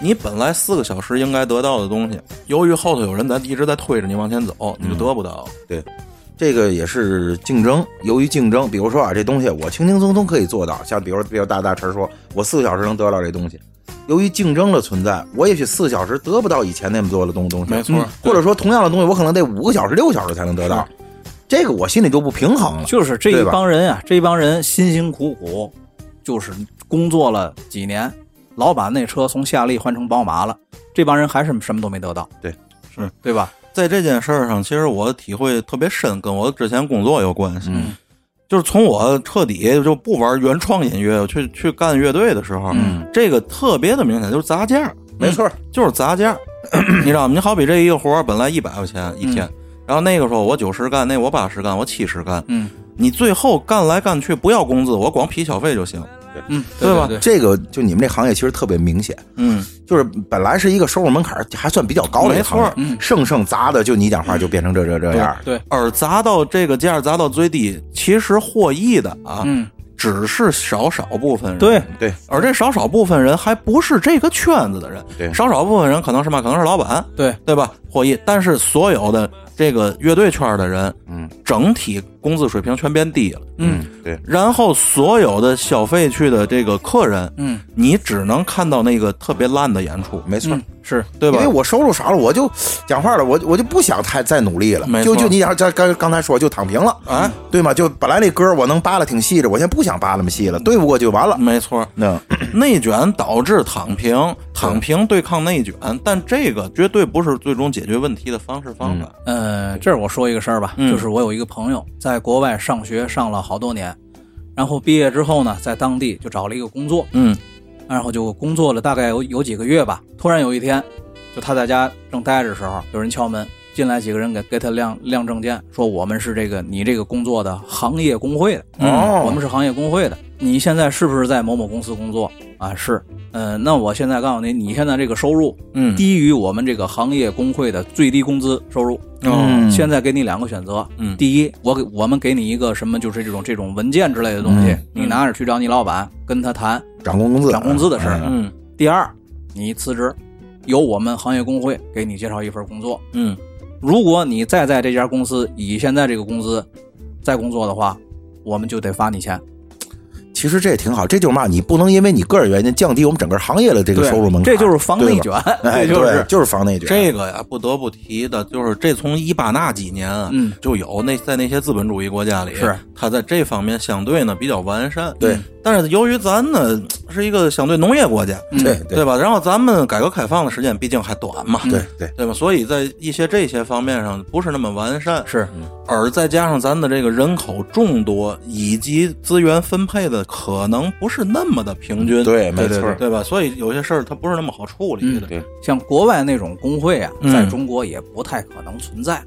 [SPEAKER 1] 你本来四个小时应该得到的东西，由于后头有人咱一直在推着你往前走，
[SPEAKER 2] 嗯
[SPEAKER 1] 你就得不到。
[SPEAKER 2] 对，这个也是竞争。由于竞争，比如说啊，这东西我轻轻松松可以做到，像比如比如大大陈说，我四个小时能得到这东西。由于竞争的存在，我也许四个小时得不到以前那么多的东东西，
[SPEAKER 1] 没错
[SPEAKER 2] 嗯或者说同样的东西，我可能得五个小时、六个小时才能得到，这个我心里就不平衡了。
[SPEAKER 3] 就是这
[SPEAKER 2] 对
[SPEAKER 3] 一
[SPEAKER 2] 吧
[SPEAKER 3] 帮人啊，这一帮人辛辛苦苦，就是工作了几年，老板那车从夏利换成宝马了，这帮人还是什么都没得到。
[SPEAKER 2] 对，嗯
[SPEAKER 1] 是
[SPEAKER 3] 对吧？
[SPEAKER 2] 嗯
[SPEAKER 1] 在这件事儿上，其实我体会特别深，跟我之前工作有关系。就是从我彻底就不玩原创音乐，去去干乐队的时候，这个特别的明显，就是砸价儿，
[SPEAKER 2] 嗯
[SPEAKER 1] 嗯
[SPEAKER 2] 没错儿，
[SPEAKER 1] 就是砸价儿， 你知道吗？你好比这一个活儿本来一百块钱一
[SPEAKER 2] 嗯
[SPEAKER 1] 天，然后那个时候我九十干，那我八十干，我七十干，
[SPEAKER 3] 嗯，
[SPEAKER 1] 你最后干来干去不要工资，我光批小费就行，
[SPEAKER 3] 嗯，
[SPEAKER 1] 对吧
[SPEAKER 3] 对对
[SPEAKER 2] 这个就你们这行业其实特别明显，
[SPEAKER 1] 嗯，
[SPEAKER 2] 就是本来是一个收入门槛儿还算比较高的一个行业
[SPEAKER 1] 没错
[SPEAKER 2] 盛盛砸的，就你讲话就变成这这这样儿。
[SPEAKER 3] 对，
[SPEAKER 1] 而砸到这个价砸到最低，其实获益的啊，
[SPEAKER 3] 嗯，
[SPEAKER 1] 只是少少部分人。
[SPEAKER 3] 对，
[SPEAKER 2] 对，
[SPEAKER 1] 而这少少部分人还不是这个圈子的人，
[SPEAKER 2] 对
[SPEAKER 1] 少少部分人可能是嘛，可能是老板，
[SPEAKER 3] 对，
[SPEAKER 1] 对吧？获益，但是所有的这个乐队圈的人，
[SPEAKER 2] 嗯，
[SPEAKER 1] 整体工资水平全变低了，
[SPEAKER 3] 嗯
[SPEAKER 2] 对，
[SPEAKER 1] 然后所有的消费去的这个客人，
[SPEAKER 3] 嗯，
[SPEAKER 1] 你只能看到那个特别烂的演出，
[SPEAKER 2] 没错儿
[SPEAKER 3] 嗯。是
[SPEAKER 1] 对吧
[SPEAKER 2] 因为？我收入少了，我就讲话了，我我就不想太再努力了
[SPEAKER 1] 没，
[SPEAKER 2] 就
[SPEAKER 1] 错
[SPEAKER 2] 就你讲这刚刚才说就躺平了，
[SPEAKER 1] 哎，
[SPEAKER 2] 对吗？就本来那歌我能扒拉挺细致，我现在不想扒拉那么
[SPEAKER 3] 嗯
[SPEAKER 2] 细了，对不过就完了。
[SPEAKER 1] 没错，
[SPEAKER 2] 那
[SPEAKER 1] 内卷导致躺平，躺平对抗内卷，但这个绝对不是最终解决问题的方式方法。
[SPEAKER 3] 呃，这儿我说一个事儿吧，
[SPEAKER 1] 嗯
[SPEAKER 3] 就是我有一个朋友在国外上学上了好多年，然后毕业之后呢，在当地就找了一个工作，
[SPEAKER 1] 嗯
[SPEAKER 3] 然后就工作了大概有有几个月吧。突然有一天，就他在家正待着的时候，有人敲门，进来几个人给给他亮亮证件，说我们是这个你这个工作的行业工会的，
[SPEAKER 2] 哦
[SPEAKER 3] 我们是行业工会的。你现在是不是在某某公司工作啊？是，呃，那我现在告诉你，你现在这个收入
[SPEAKER 1] 嗯
[SPEAKER 3] 低于我们这个行业工会的最低工资收入。
[SPEAKER 2] 嗯
[SPEAKER 3] 现在给你两个选择，
[SPEAKER 1] 哦嗯
[SPEAKER 3] 第一，我给我们给你一个什么，就是这种这种文件之类的东西，
[SPEAKER 2] 嗯
[SPEAKER 3] 你拿着去找你老板，跟他谈
[SPEAKER 2] 涨工工资，
[SPEAKER 3] 涨工资的事儿
[SPEAKER 2] 嗯
[SPEAKER 1] 嗯
[SPEAKER 3] 第二，你辞职，由我们行业工会给你介绍一份工作。
[SPEAKER 1] 嗯
[SPEAKER 3] 如果你再在这家公司以现在这个工资再工作的话，我们就得发你钱。
[SPEAKER 2] 其实这也挺好，这就是嘛，你不能因为你个人原因降低我们整个行业的这个
[SPEAKER 3] 对
[SPEAKER 2] 收入门槛，
[SPEAKER 3] 这就是防内卷，
[SPEAKER 2] 哎，
[SPEAKER 3] 这就
[SPEAKER 2] 对
[SPEAKER 3] 是
[SPEAKER 2] 就是防内卷。
[SPEAKER 1] 这个呀，不得不提的就是，这从伊巴那几年啊，
[SPEAKER 3] 嗯
[SPEAKER 1] 就有那在那些资本主义国家里，
[SPEAKER 3] 是
[SPEAKER 1] 它在这方面相对呢比较完善。嗯
[SPEAKER 2] 对，
[SPEAKER 1] 但是由于咱呢是一个相对农业国家，
[SPEAKER 3] 嗯
[SPEAKER 2] 对
[SPEAKER 1] 对吧？然后咱们改革开放的时间毕竟还短嘛，
[SPEAKER 2] 对对，
[SPEAKER 3] 嗯
[SPEAKER 1] 对吧？所以在一些这些方面上不是那么完善，
[SPEAKER 3] 是
[SPEAKER 1] 而再加上咱的这个人口众多，以及资源分配的可能不是那么的平均，
[SPEAKER 2] 对没
[SPEAKER 1] 对
[SPEAKER 2] 错
[SPEAKER 1] 对吧？所以有些事儿它不是那么好处理的，
[SPEAKER 2] 嗯对
[SPEAKER 3] 像国外那种工会啊，
[SPEAKER 1] 嗯
[SPEAKER 3] 在中国也不太可能存在，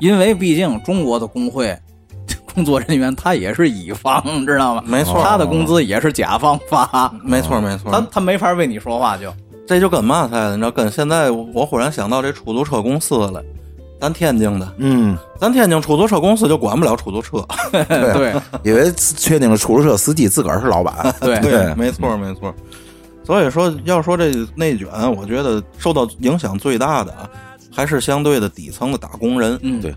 [SPEAKER 3] 因为毕竟中国的工会 工作人员他也是乙方，知道吗？
[SPEAKER 1] 没错嗯
[SPEAKER 3] 他的工资也是甲方发，
[SPEAKER 1] 没错没错。
[SPEAKER 3] 他他没法为你说话就。
[SPEAKER 1] 啊这就跟嘛似的，你知道，跟现在我忽然想到这出租车公司了，咱天津的，
[SPEAKER 2] 嗯，
[SPEAKER 1] 咱天津出租车公司就管不了出租车，
[SPEAKER 2] 对啊因
[SPEAKER 3] 对
[SPEAKER 2] 为确定了出租车司机自个儿是老板，
[SPEAKER 1] 哎
[SPEAKER 3] 对
[SPEAKER 2] 对
[SPEAKER 1] 没错没错。所以说，要说这内卷，我觉得受到影响最大的啊，还是相对的底层的打工人，
[SPEAKER 3] 嗯，
[SPEAKER 2] 对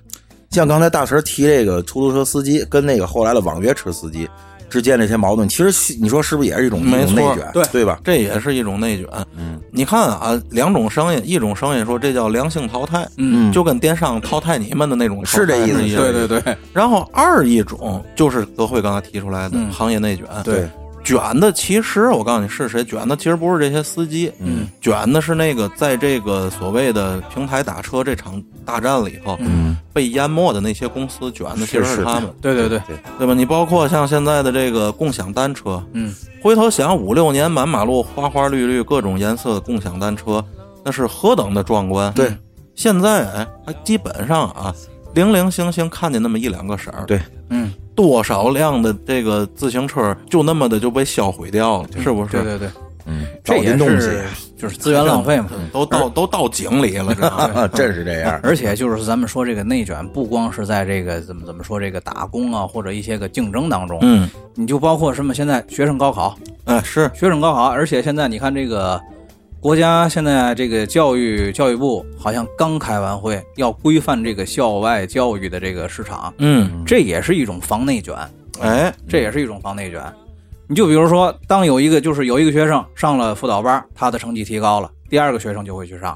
[SPEAKER 2] 像刚才大神提这个出租车司机跟那个后来的网约车司机之间这些矛盾，其实你说是不是也是一种一
[SPEAKER 1] 没错
[SPEAKER 2] 种内卷，
[SPEAKER 3] 对
[SPEAKER 2] 对吧？
[SPEAKER 1] 这也是一种内卷。
[SPEAKER 2] 嗯，
[SPEAKER 1] 你看啊，两种商业，一种商业说这叫良性淘汰，
[SPEAKER 3] 嗯
[SPEAKER 1] 就跟电商淘汰你们的那种淘汰
[SPEAKER 2] 是这意思
[SPEAKER 1] 是一样
[SPEAKER 3] 对
[SPEAKER 1] 的
[SPEAKER 3] 对对，
[SPEAKER 1] 然后二一种就是德惠刚才提出来的、
[SPEAKER 3] 嗯
[SPEAKER 1] 行业内卷，
[SPEAKER 2] 对，
[SPEAKER 1] 卷的其实我告诉你是谁卷的，其实不是这些司机，
[SPEAKER 2] 嗯，
[SPEAKER 1] 卷的是那个在这个所谓的平台打车这场大战里头、
[SPEAKER 2] 嗯，
[SPEAKER 1] 被淹没的那些公司，卷的其实
[SPEAKER 2] 是
[SPEAKER 1] 是
[SPEAKER 2] 是
[SPEAKER 1] 他们，
[SPEAKER 3] 对对对，
[SPEAKER 1] 对吧？你包括像现在的这个共享单车，
[SPEAKER 3] 嗯，
[SPEAKER 1] 回头想五六年满马路花花绿绿各种颜色的共享单车，那是何等的壮观！
[SPEAKER 2] 对，
[SPEAKER 1] 现在哎，还基本上啊，零零星星看见那么一两个色儿，
[SPEAKER 2] 对，
[SPEAKER 3] 嗯，
[SPEAKER 1] 多少辆的这个自行车就那么的就被销毁掉了，是不是？
[SPEAKER 3] 对对对，
[SPEAKER 2] 嗯，
[SPEAKER 3] 这
[SPEAKER 2] 倒
[SPEAKER 3] 也
[SPEAKER 2] 进 东西
[SPEAKER 3] 是就是资源浪费嘛。
[SPEAKER 1] 都到都到井里了，知道吗？
[SPEAKER 2] 啊，真是这 样。
[SPEAKER 3] 而且就是咱们说这个内卷，不光是在这个怎么怎么说这个打工啊，或者一些个竞争当中，
[SPEAKER 1] 嗯，
[SPEAKER 3] 你就包括什么现在学生高考，
[SPEAKER 1] 哎，是，
[SPEAKER 3] 学生高考，而且现在你看这个国家现在这个教育教育部好像刚开完会，要规范这个校外教育的这个市场，
[SPEAKER 1] 嗯，
[SPEAKER 3] 这也是一种防内卷，
[SPEAKER 1] 哎，
[SPEAKER 3] 这也是一种防内卷。你就比如说，当有一个就是有一个学生上了辅导班，他的成绩提高了，第二个学生就会去上，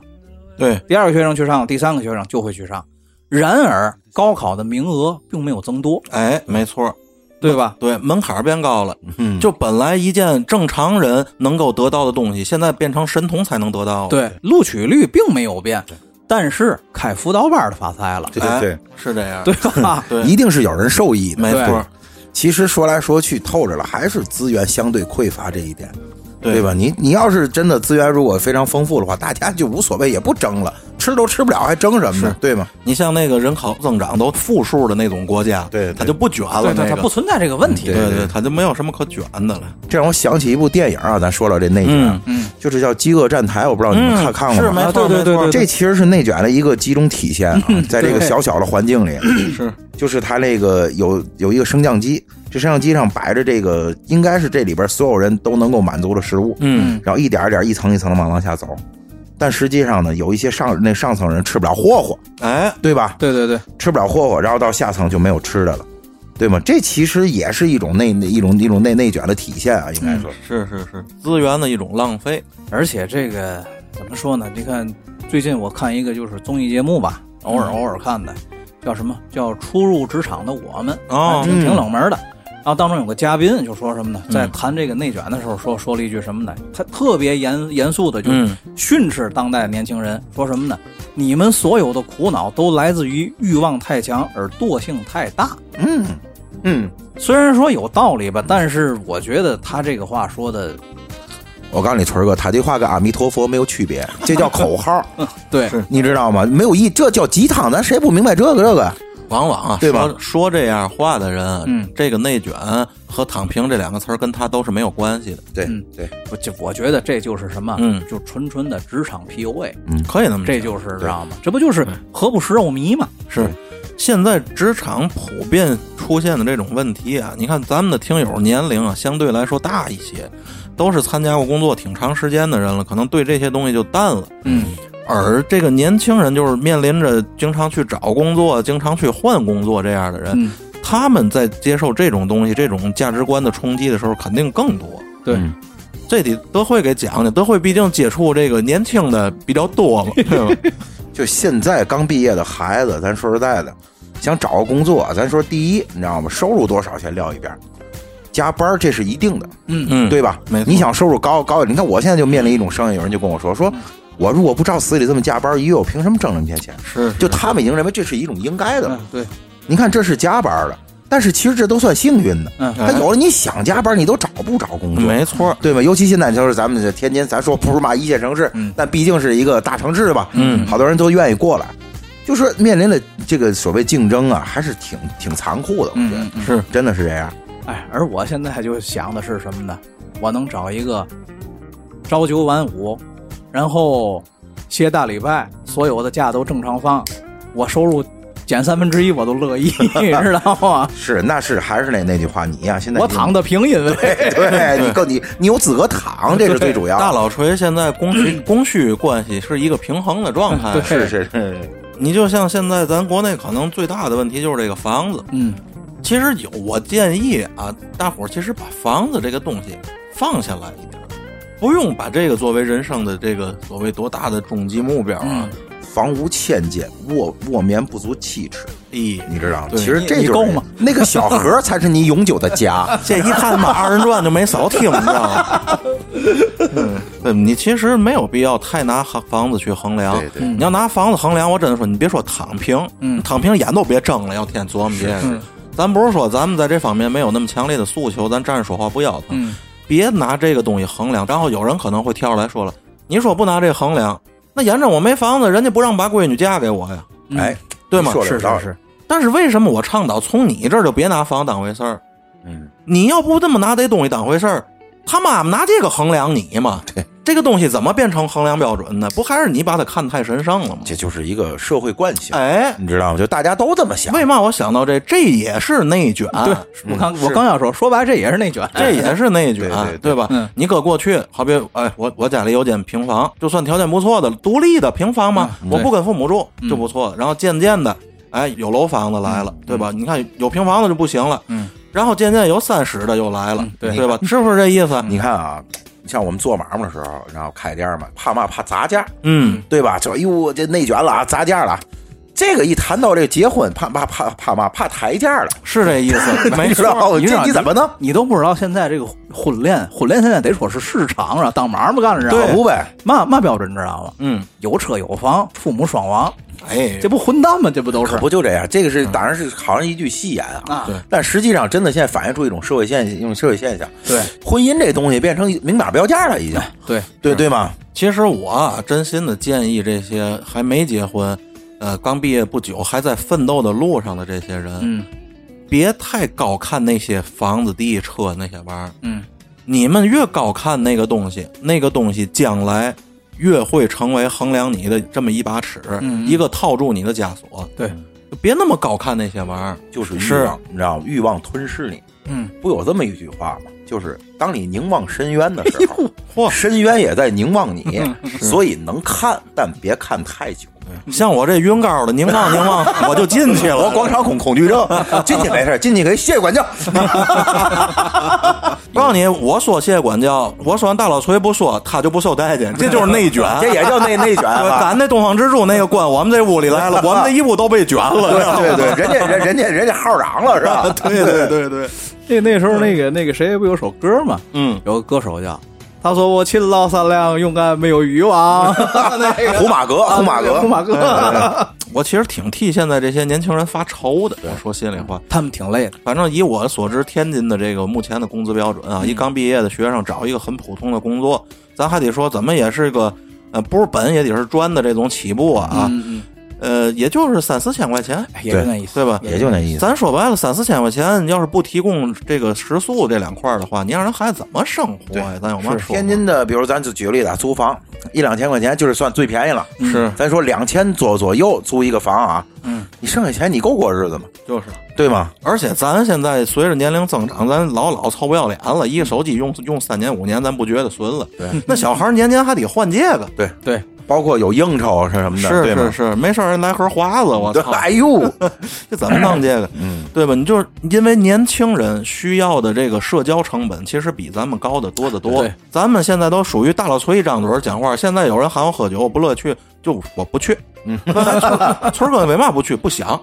[SPEAKER 1] 对，
[SPEAKER 3] 第二个学生去上了，第三个学生就会去上。然而，高考的名额并没有增多，
[SPEAKER 1] 哎，没错儿，
[SPEAKER 3] 对吧？
[SPEAKER 1] 对，门槛儿变高了，
[SPEAKER 2] 嗯，
[SPEAKER 1] 就本来一件正常人能够得到的东西，现在变成神童才能得到了。
[SPEAKER 3] 对，录取率并没有变，但是开辅导班的发财了，
[SPEAKER 2] 对对
[SPEAKER 1] 哎，是这样，
[SPEAKER 3] 对吧？
[SPEAKER 1] 对
[SPEAKER 2] 一定是有人受益的。
[SPEAKER 1] 没错儿。
[SPEAKER 2] 其实说来说去透着了，还是资源相对匮乏这一点，
[SPEAKER 1] 对
[SPEAKER 2] 对吧？你你要是真的资源如果非常丰富的话，大家就无所谓，也不争了，吃都吃不了，还争什么呢？对吗？
[SPEAKER 1] 你像那个人口增长都负数的那种国家，
[SPEAKER 2] 对对
[SPEAKER 1] 它就不卷了，
[SPEAKER 3] 对对，
[SPEAKER 1] 那
[SPEAKER 3] 它
[SPEAKER 1] 个嗯
[SPEAKER 3] 不存在这个问题。嗯
[SPEAKER 1] 对对，它就没有什么可卷的了。
[SPEAKER 2] 这让我想起一部电影啊，咱说到这内卷啊，
[SPEAKER 3] 嗯
[SPEAKER 2] 就是叫《饥饿站台》，我不知道你们嗯看、看过
[SPEAKER 1] 嗯是
[SPEAKER 2] 吗？
[SPEAKER 1] 没
[SPEAKER 3] 啊
[SPEAKER 1] 错，
[SPEAKER 3] 对
[SPEAKER 1] 没
[SPEAKER 3] 对
[SPEAKER 1] 错嗯
[SPEAKER 3] 对对
[SPEAKER 2] 这其实是内卷的一个集中体现啊，在这个小小的环境里，
[SPEAKER 1] 是
[SPEAKER 2] 就是它那个有有一个升降机，这升降机上摆着这个应该是这里边所有人都能够满足的食物，
[SPEAKER 1] 嗯，
[SPEAKER 2] 然后一点一点一层一层的往往下走，但实际上呢，有一些上那上层人吃不了霍霍，
[SPEAKER 1] 哎，
[SPEAKER 2] 对吧？
[SPEAKER 3] 对对对，
[SPEAKER 2] 吃不了霍霍，然后到下层就没有吃的了，对吗？这其实也是一种内一种一种内内卷的体现啊，应该说，
[SPEAKER 1] 是是是，资源的一种浪费。
[SPEAKER 3] 而且这个怎么说呢？你看最近我看一个就是综艺节目吧，偶尔偶尔看的，叫什么叫《初入职场的我们》
[SPEAKER 1] 哦
[SPEAKER 3] 还挺挺冷门的。然后当中有个嘉宾就说什么
[SPEAKER 1] 嗯
[SPEAKER 3] 呢？在谈这个内卷的时候说说了一句什么呢？他特别严严肃的就
[SPEAKER 1] 嗯
[SPEAKER 3] 训斥当代年轻人，说什么呢？你们所有的苦恼都来自于欲望太强而惰性太大。
[SPEAKER 2] 嗯嗯，
[SPEAKER 3] 虽然说有道理吧，但是我觉得他这个话说的
[SPEAKER 2] 我告诉你，锤哥，他这话跟阿弥陀佛没有区 别，这叫口号。
[SPEAKER 3] 对，
[SPEAKER 2] 你知道吗？没有意，这叫鸡汤，咱谁不明白这个这个？
[SPEAKER 1] 往往啊，
[SPEAKER 2] 对吧
[SPEAKER 1] 说说这样话的人，
[SPEAKER 3] 嗯
[SPEAKER 1] 这个内卷和躺平这两个词儿跟他都是没有关系的。
[SPEAKER 2] 对
[SPEAKER 3] 嗯
[SPEAKER 2] 对，
[SPEAKER 3] 我就我觉得这就是什么，
[SPEAKER 1] 嗯
[SPEAKER 3] 就纯纯的职场 PUA，
[SPEAKER 2] 嗯
[SPEAKER 1] 可以那么
[SPEAKER 3] 嗯这就是知道吗？这不就是何不食肉糜吗？
[SPEAKER 1] 是现在职场普遍出现的这种问题啊，你看咱们的听友年龄啊相对来说大一些，都是参加过工作挺长时间的人了，可能对这些东西就淡了。
[SPEAKER 3] 嗯，
[SPEAKER 1] 而这个年轻人就是面临着经常去找工作、经常去换工作这样的人，
[SPEAKER 3] 嗯
[SPEAKER 1] 他们在接受这种东西、这种价值观的冲击的时候，肯定更多。
[SPEAKER 3] 对
[SPEAKER 2] 嗯
[SPEAKER 1] 这得德惠给讲讲，德惠毕竟接触这个年轻的比较 多嘛，对吧？
[SPEAKER 2] 就现在刚毕业的孩子，咱说实在的，想找个工作，咱说第一，你知道吗？收入多少先撂一边儿，加班儿这是一定的，
[SPEAKER 1] 嗯，
[SPEAKER 2] 对吧？
[SPEAKER 1] 没错
[SPEAKER 2] 你想收入高高点，你看我现在就面临一种生意，有人就跟我说说。我如果不照死里这么加班儿，一月我凭什么挣这么些钱？
[SPEAKER 1] 是
[SPEAKER 2] 就他们已经认为这是一种应该的了
[SPEAKER 3] 嗯。，对，
[SPEAKER 2] 你看，这是加班儿的，但是其实这都算幸运的。
[SPEAKER 3] 嗯
[SPEAKER 2] 他有了你想加班儿，你都找不着工作。
[SPEAKER 1] 哎没错，
[SPEAKER 2] 对吧？尤其现在就是咱们这天津，咱说不是嘛一线城市，
[SPEAKER 3] 嗯
[SPEAKER 2] 但毕竟是一个大城市吧，
[SPEAKER 1] 嗯
[SPEAKER 2] 好多人都愿意过来，就是面临的这个所谓竞争啊，还是挺挺残酷的，我觉得、
[SPEAKER 3] 嗯嗯，
[SPEAKER 1] 是
[SPEAKER 2] 真的是这样。
[SPEAKER 3] 哎，而我现在就想的是什么呢？我能找一个朝九晚五，然后歇大礼拜，所有的假都正常放，我收入减三分之一我都 乐意，知道吗？
[SPEAKER 2] 是，那是还是那那句话，你呀、现在
[SPEAKER 3] 我
[SPEAKER 2] 已经
[SPEAKER 3] 躺，得平，因为
[SPEAKER 2] 对你够你你有资格躺，这是最主要
[SPEAKER 1] 大
[SPEAKER 2] 的。
[SPEAKER 1] 老锤现在供需供需关系是一个平衡的状态。
[SPEAKER 3] 嗯哎对
[SPEAKER 2] 是是是，
[SPEAKER 1] 你就像现在咱国内可能最大的问题就是这个房子。
[SPEAKER 3] 嗯，
[SPEAKER 1] 其实有我建议啊，大伙儿其实把房子这个东西放下来一点儿，不用把这个作为人生的这个所谓多大的终极目标
[SPEAKER 3] 嗯
[SPEAKER 1] 啊。
[SPEAKER 2] 房无千间，卧卧眠不足七尺，
[SPEAKER 1] 咦、
[SPEAKER 2] 你知道吗？
[SPEAKER 1] 对
[SPEAKER 2] 其实
[SPEAKER 1] 你
[SPEAKER 2] 这
[SPEAKER 3] 你
[SPEAKER 2] 就是
[SPEAKER 3] 够吗
[SPEAKER 2] 那个小盒才是你永久的家。
[SPEAKER 1] 这一看嘛，二人转就没少听，你知道吗？嗯，你其实没有必要太拿房子去衡量。
[SPEAKER 2] 对对
[SPEAKER 1] 你要拿房子衡量，我真的说，你别说躺平，嗯，躺平眼都别睁了，要天琢磨这个。咱不是说咱们在这方面没有那么强烈的诉求，咱站着说话不腰疼。
[SPEAKER 3] 嗯
[SPEAKER 1] 别拿这个东西衡量。然后有人可能会跳出来说了：“你说不拿这衡量，那沿着我没房子，人家不让把闺女嫁给我呀，
[SPEAKER 2] 哎，
[SPEAKER 1] 对吗？”
[SPEAKER 2] 说得有
[SPEAKER 3] 是
[SPEAKER 2] 道
[SPEAKER 3] 是
[SPEAKER 2] 理
[SPEAKER 3] 是，
[SPEAKER 1] 但是为什么我倡导从你这儿就别拿房当回事儿？
[SPEAKER 2] 嗯，
[SPEAKER 1] 你要不这么拿这东西当回事儿，他妈拿这个衡量你嘛？
[SPEAKER 2] 对，
[SPEAKER 1] 这个东西怎么变成衡量标准呢？不还是你把它看太神圣了吗？
[SPEAKER 2] 这就是一个社会惯性，
[SPEAKER 1] 哎，
[SPEAKER 2] 你知道吗？就大家都这么想。
[SPEAKER 1] 为嘛我想到这？这也是内卷，
[SPEAKER 3] 对， 我刚我刚要说，说白了这也是 内卷，
[SPEAKER 1] 这也是内卷，
[SPEAKER 2] 对对对
[SPEAKER 1] 吧？
[SPEAKER 3] 嗯
[SPEAKER 1] 你搁过去，好比哎，我我家里有间平房，就算条件不错的独立的平房嘛，我不跟父母住就不错。然后渐渐的，哎，有楼房子来了，对吧？你看有平房的就不行了，
[SPEAKER 3] 嗯。
[SPEAKER 1] 然后渐渐有三室的又来了，
[SPEAKER 3] 对
[SPEAKER 1] 对吧？是不是这意思？
[SPEAKER 2] 你看啊，像我们做买卖的时候，然后开店嘛，怕嘛怕砸价，
[SPEAKER 1] 嗯，
[SPEAKER 2] 对吧？就哎呦，这内卷了啊，砸价了啊。这个一谈到这个结婚，怕怕怕怕嘛怕抬价了，
[SPEAKER 1] 是这意思，没
[SPEAKER 2] 你知道
[SPEAKER 1] 错。
[SPEAKER 2] 吗？
[SPEAKER 3] 你知道
[SPEAKER 2] 这你怎么弄？
[SPEAKER 3] 你都不知道现在这个婚恋，婚恋现在得说是市场啊上当买卖干的，知道
[SPEAKER 2] 可
[SPEAKER 3] 吗？
[SPEAKER 2] 不呗，
[SPEAKER 3] 嘛嘛标准你知道吗？
[SPEAKER 1] 嗯，
[SPEAKER 3] 有车有房，父母双亡，
[SPEAKER 1] 哎，
[SPEAKER 3] 这不混蛋吗？这不都是
[SPEAKER 2] 可不就这样？这个是当然是好像一句戏言啊，
[SPEAKER 3] 啊？
[SPEAKER 1] 对
[SPEAKER 2] 但实际上真的现在反映出一种社会现一种社会现象，
[SPEAKER 3] 对
[SPEAKER 2] 婚姻这东西变成明码标价了，已经，
[SPEAKER 3] 对，
[SPEAKER 2] 对对吗？
[SPEAKER 1] 其实我啊，真心的建议这些还没结婚，呃，刚毕业不久，还在奋斗的路上的这些人，
[SPEAKER 3] 嗯
[SPEAKER 1] 别太高看那些房子、地、车那些玩意儿。
[SPEAKER 3] 嗯，
[SPEAKER 1] 你们越高看那个东西，那个东西将来越会成为衡量你的这么一把尺，
[SPEAKER 3] 嗯
[SPEAKER 1] 一个套住你的枷锁。
[SPEAKER 3] 对，
[SPEAKER 1] 别那么高看那些玩意儿。
[SPEAKER 2] 就是
[SPEAKER 1] 是
[SPEAKER 2] 欲望，你知道吗？欲望吞噬你，
[SPEAKER 3] 嗯，
[SPEAKER 2] 不有这么一句话吗？就是当你凝望深渊的时
[SPEAKER 3] 哎
[SPEAKER 2] 候，
[SPEAKER 1] 嚯
[SPEAKER 2] 深渊也在凝望你，
[SPEAKER 3] 嗯
[SPEAKER 2] 所以能看，但别看太久。
[SPEAKER 1] 像我这晕高的，凝望凝望，我就进去
[SPEAKER 2] 我
[SPEAKER 1] 了。
[SPEAKER 2] 广场恐恐惧症，进去没事，进去可以谢谢管教。
[SPEAKER 1] 告诉你，我说谢谢管教，我说完大老崔不说，他就不受待见，这就是内 卷。
[SPEAKER 2] 这也叫内内卷啊
[SPEAKER 1] 对，
[SPEAKER 2] 吧？
[SPEAKER 1] 咱呃那东方之珠那个关我们这屋里来了，我们这一屋都被卷了。
[SPEAKER 2] 对对对，人家人人家人家号长了是 吧？
[SPEAKER 1] 对对对对，
[SPEAKER 3] 那那时候那个那个谁不有首歌吗？
[SPEAKER 1] 嗯，
[SPEAKER 3] 有个歌手叫他说我勤劳善良勇敢没有欲望，那个
[SPEAKER 2] 胡马格，
[SPEAKER 3] 啊
[SPEAKER 2] 胡哎马
[SPEAKER 3] 对
[SPEAKER 2] 格，
[SPEAKER 3] 胡马哥，
[SPEAKER 1] 我其实挺替现在这些年轻人发愁的。我说心里话，
[SPEAKER 3] 他们挺累的，
[SPEAKER 1] 反正以我所知，天津的这个目前的工资标准啊，一刚毕业的学生找一个很普通的工作，咱还得说怎么也是个呃，不是本也得是专的这种起步啊，
[SPEAKER 3] 嗯嗯，
[SPEAKER 1] 呃，也就是三四千块钱，
[SPEAKER 3] 哎也就那意思，
[SPEAKER 1] 对吧？
[SPEAKER 2] 也就那意思。
[SPEAKER 1] 咱说白了，三四千块钱，你要是不提供这个食宿这两块儿的话，你让人孩子怎么生活呀？咱有嘛说？
[SPEAKER 2] 天津的，比如咱就举个例子啊，租房一两千块钱就是算最便宜了，
[SPEAKER 1] 是
[SPEAKER 2] 咱说两千左左右租一个房啊，嗯，你剩下钱你够过日子吗？
[SPEAKER 1] 就是。
[SPEAKER 2] 对吗？
[SPEAKER 1] 而且咱现在随着年龄增长，咱老老臭不要脸了，一个手机用用三年五年，咱不觉得损了。对，那小孩儿年年还得换这个，
[SPEAKER 2] 对，
[SPEAKER 3] 对，
[SPEAKER 2] 包括有应酬啊是什么的，
[SPEAKER 1] 是
[SPEAKER 2] 对
[SPEAKER 1] 是
[SPEAKER 2] 吗？
[SPEAKER 1] 是，没事儿人来盒华子，我
[SPEAKER 2] 对，
[SPEAKER 1] 操，
[SPEAKER 2] 哎呦，
[SPEAKER 1] 这怎么弄这个？
[SPEAKER 2] 嗯，
[SPEAKER 1] 对吧？你就是因为年轻人需要的这个社交成本，其实比咱们高的多得多
[SPEAKER 3] 对。
[SPEAKER 1] 咱们现在都属于大老崔一张嘴儿讲话，现在有人喊我喝酒，我不乐去，就我不去。嗯，村儿哥为嘛不去？不 想，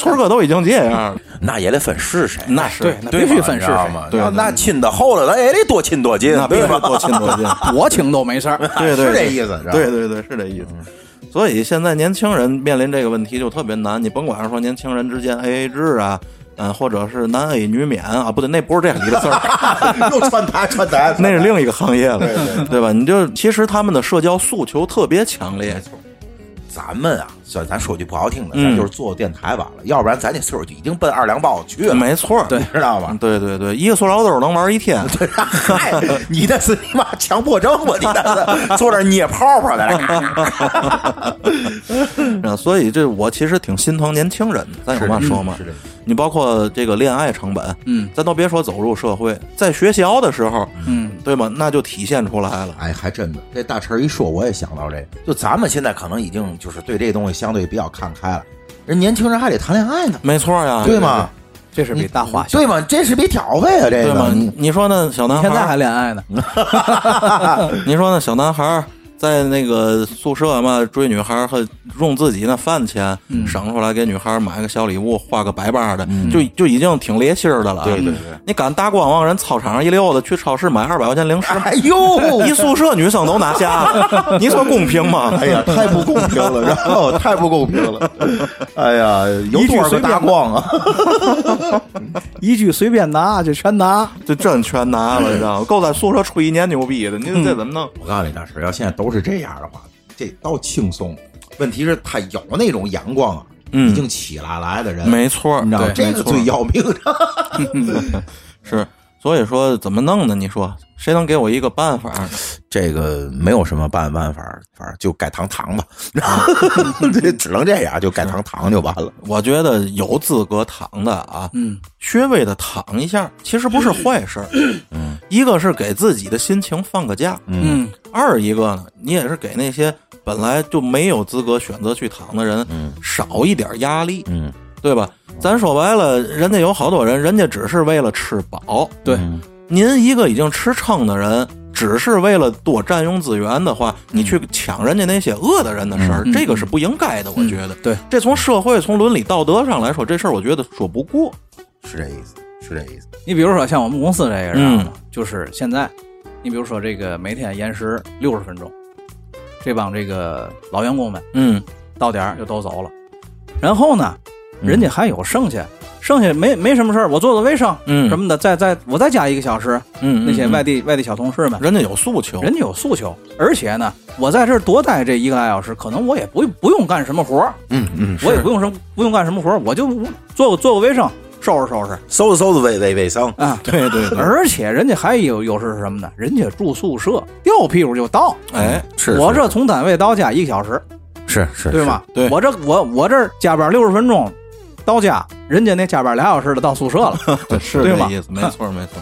[SPEAKER 1] 村儿哥都已经这样了，
[SPEAKER 2] 那也得分是谁，
[SPEAKER 1] 嗯那是
[SPEAKER 3] 对，那
[SPEAKER 2] 对
[SPEAKER 3] 必
[SPEAKER 2] 吧
[SPEAKER 3] 须分
[SPEAKER 2] 你
[SPEAKER 3] 是
[SPEAKER 2] 知道
[SPEAKER 3] 谁
[SPEAKER 2] 吗？
[SPEAKER 1] 对
[SPEAKER 2] 要
[SPEAKER 1] 对
[SPEAKER 2] 那亲的厚了，咱也得多亲多 近
[SPEAKER 1] 那，必
[SPEAKER 2] 对
[SPEAKER 1] 须
[SPEAKER 2] 吧？
[SPEAKER 1] 多亲多近。
[SPEAKER 3] 我请都没事儿，
[SPEAKER 1] 对对，
[SPEAKER 2] 是这
[SPEAKER 1] 对
[SPEAKER 2] 意思，是吧
[SPEAKER 1] 对对对，是这意思。所以现在年轻人面临这个问题就特别难，你甭管是说年轻人之间 AA 制啊，嗯、或者是男 A 女免啊，不对，那不是这样一个字 儿，
[SPEAKER 2] 又穿台穿台，
[SPEAKER 1] 那是另一个行业了，
[SPEAKER 2] 对对
[SPEAKER 1] 对吧？你就其实他们的社交诉求特别强烈，
[SPEAKER 2] 咱们啊，咱咱说句不好听的，
[SPEAKER 1] 嗯
[SPEAKER 2] 咱就是做电台完了，要不然咱这岁数就已经奔二两包去了，
[SPEAKER 1] 没错，
[SPEAKER 3] 对
[SPEAKER 2] 你知道吗？
[SPEAKER 1] 对对对，一个塑料兜能玩一天，
[SPEAKER 2] 啊嗨，你那是你妈强迫症吧？你那是坐那儿捏泡泡的，
[SPEAKER 1] 啊，所以这我其实挺心疼年轻人的，咱有嘛说嘛。
[SPEAKER 2] 这
[SPEAKER 1] 你包括这个恋爱成本，
[SPEAKER 3] 嗯，
[SPEAKER 1] 咱都别说走入社会，在学校的时候，
[SPEAKER 3] 嗯，
[SPEAKER 1] 对吗？那就体现出来了。
[SPEAKER 2] 哎，还真的，这大陈一说，我也想到这个。就咱们现在可能已经就是对这东西相对比较看开了，人年轻人还得谈恋爱呢，
[SPEAKER 1] 没错呀，
[SPEAKER 2] 啊对吗？
[SPEAKER 3] 这是比大话小。
[SPEAKER 2] 对吗？这是笔挑费啊，这
[SPEAKER 1] 对吗
[SPEAKER 2] 个。你？
[SPEAKER 1] 你说那小男孩
[SPEAKER 3] 现在
[SPEAKER 1] 儿，
[SPEAKER 3] 还恋爱呢，
[SPEAKER 1] 你说那小男孩儿在那个宿舍嘛追女孩儿和用自己那饭钱、省出来给女孩儿买个小礼物，花个百八的，就就已经挺烈性儿的了。对对对，你敢大光往人操场上一溜子去超市买二百块钱零食，
[SPEAKER 2] 哎呦，
[SPEAKER 1] 一宿舍女生都拿下 了，你说公平吗？
[SPEAKER 2] 哎 呀，太不公平了，然后太不公平了。哎呀，有多少个大光 啊？
[SPEAKER 3] 一句随便拿就全拿，
[SPEAKER 1] 就真全拿了，你知道吗？够在宿舍吹一年牛逼的，你这怎么弄？
[SPEAKER 2] 我告诉你，大师，要现在都是这样的话，这倒轻松。问题是，他有那种阳光啊，
[SPEAKER 1] 嗯
[SPEAKER 2] 已经起来来的人，
[SPEAKER 1] 没错儿，
[SPEAKER 2] 你知道吗
[SPEAKER 1] 对
[SPEAKER 2] 这
[SPEAKER 1] 没
[SPEAKER 2] 个
[SPEAKER 1] 错儿
[SPEAKER 2] 最要命的。
[SPEAKER 1] 是。所以说怎么弄呢？你说谁能给我一个办法呢？
[SPEAKER 2] 这个没有什么办办法，反正就改糖糖吧， 这只能这样，就改糖糖就完了。
[SPEAKER 1] 我觉得有资格躺的啊，
[SPEAKER 3] 嗯，
[SPEAKER 1] 稍微的躺一下，其实不是坏事儿。嗯，一个是给自己的心情放个假，
[SPEAKER 3] 嗯，
[SPEAKER 1] 二一个呢，你也是给那些本来就没有资格选择去躺的人，少一点压力，
[SPEAKER 2] 嗯，
[SPEAKER 1] 对吧？咱说白了，人家有好多人，人家只是为了吃饱，
[SPEAKER 3] 对，
[SPEAKER 1] 您一个已经吃撑的人，只是为了多占用资源的话，你去抢人家那些饿的人的事儿，这个是不应该的。我觉得，
[SPEAKER 3] 对，
[SPEAKER 1] 这从社会、从伦理道德上来说，这事儿我觉得说不过。
[SPEAKER 2] 是这意思，是这意思。
[SPEAKER 3] 你比如说像我们公司这个人
[SPEAKER 1] 嗯
[SPEAKER 3] 啊，就是现在，你比如说这个每天延时六十分钟，这帮这个老员工们
[SPEAKER 1] 嗯，
[SPEAKER 3] 到点儿就都走了。然后呢，人家还有剩下，剩下没没什么事儿，我做做卫生，
[SPEAKER 1] 嗯
[SPEAKER 3] 什么的，再再我再加一个小时，
[SPEAKER 1] 嗯，
[SPEAKER 3] 那些
[SPEAKER 1] 嗯
[SPEAKER 3] 外地、外地小同事们，
[SPEAKER 1] 人家 有诉求，
[SPEAKER 3] 人家有诉求，而且呢，我在这儿多待这一个来小时，可能我也不不用干什么活儿，
[SPEAKER 2] 嗯嗯，
[SPEAKER 3] 我也不用什么不用干什么活儿，我就做个做个卫生，收拾收拾
[SPEAKER 2] 收拾收拾卫卫卫生，
[SPEAKER 3] 啊。
[SPEAKER 1] 对对对，
[SPEAKER 3] 而且人家还有有是什么呢？人家住宿舍，掉屁股就到。
[SPEAKER 1] 哎，
[SPEAKER 2] 嗯是
[SPEAKER 3] 我这从单位到家一个小时，
[SPEAKER 2] 是是
[SPEAKER 3] 对？吗？
[SPEAKER 1] 对
[SPEAKER 3] 我这我我这儿加班六十分钟，到家，人家那加班俩小时的到宿舍 了。
[SPEAKER 1] 是
[SPEAKER 3] 对
[SPEAKER 1] 这
[SPEAKER 3] 吗
[SPEAKER 1] 意思，没错没错。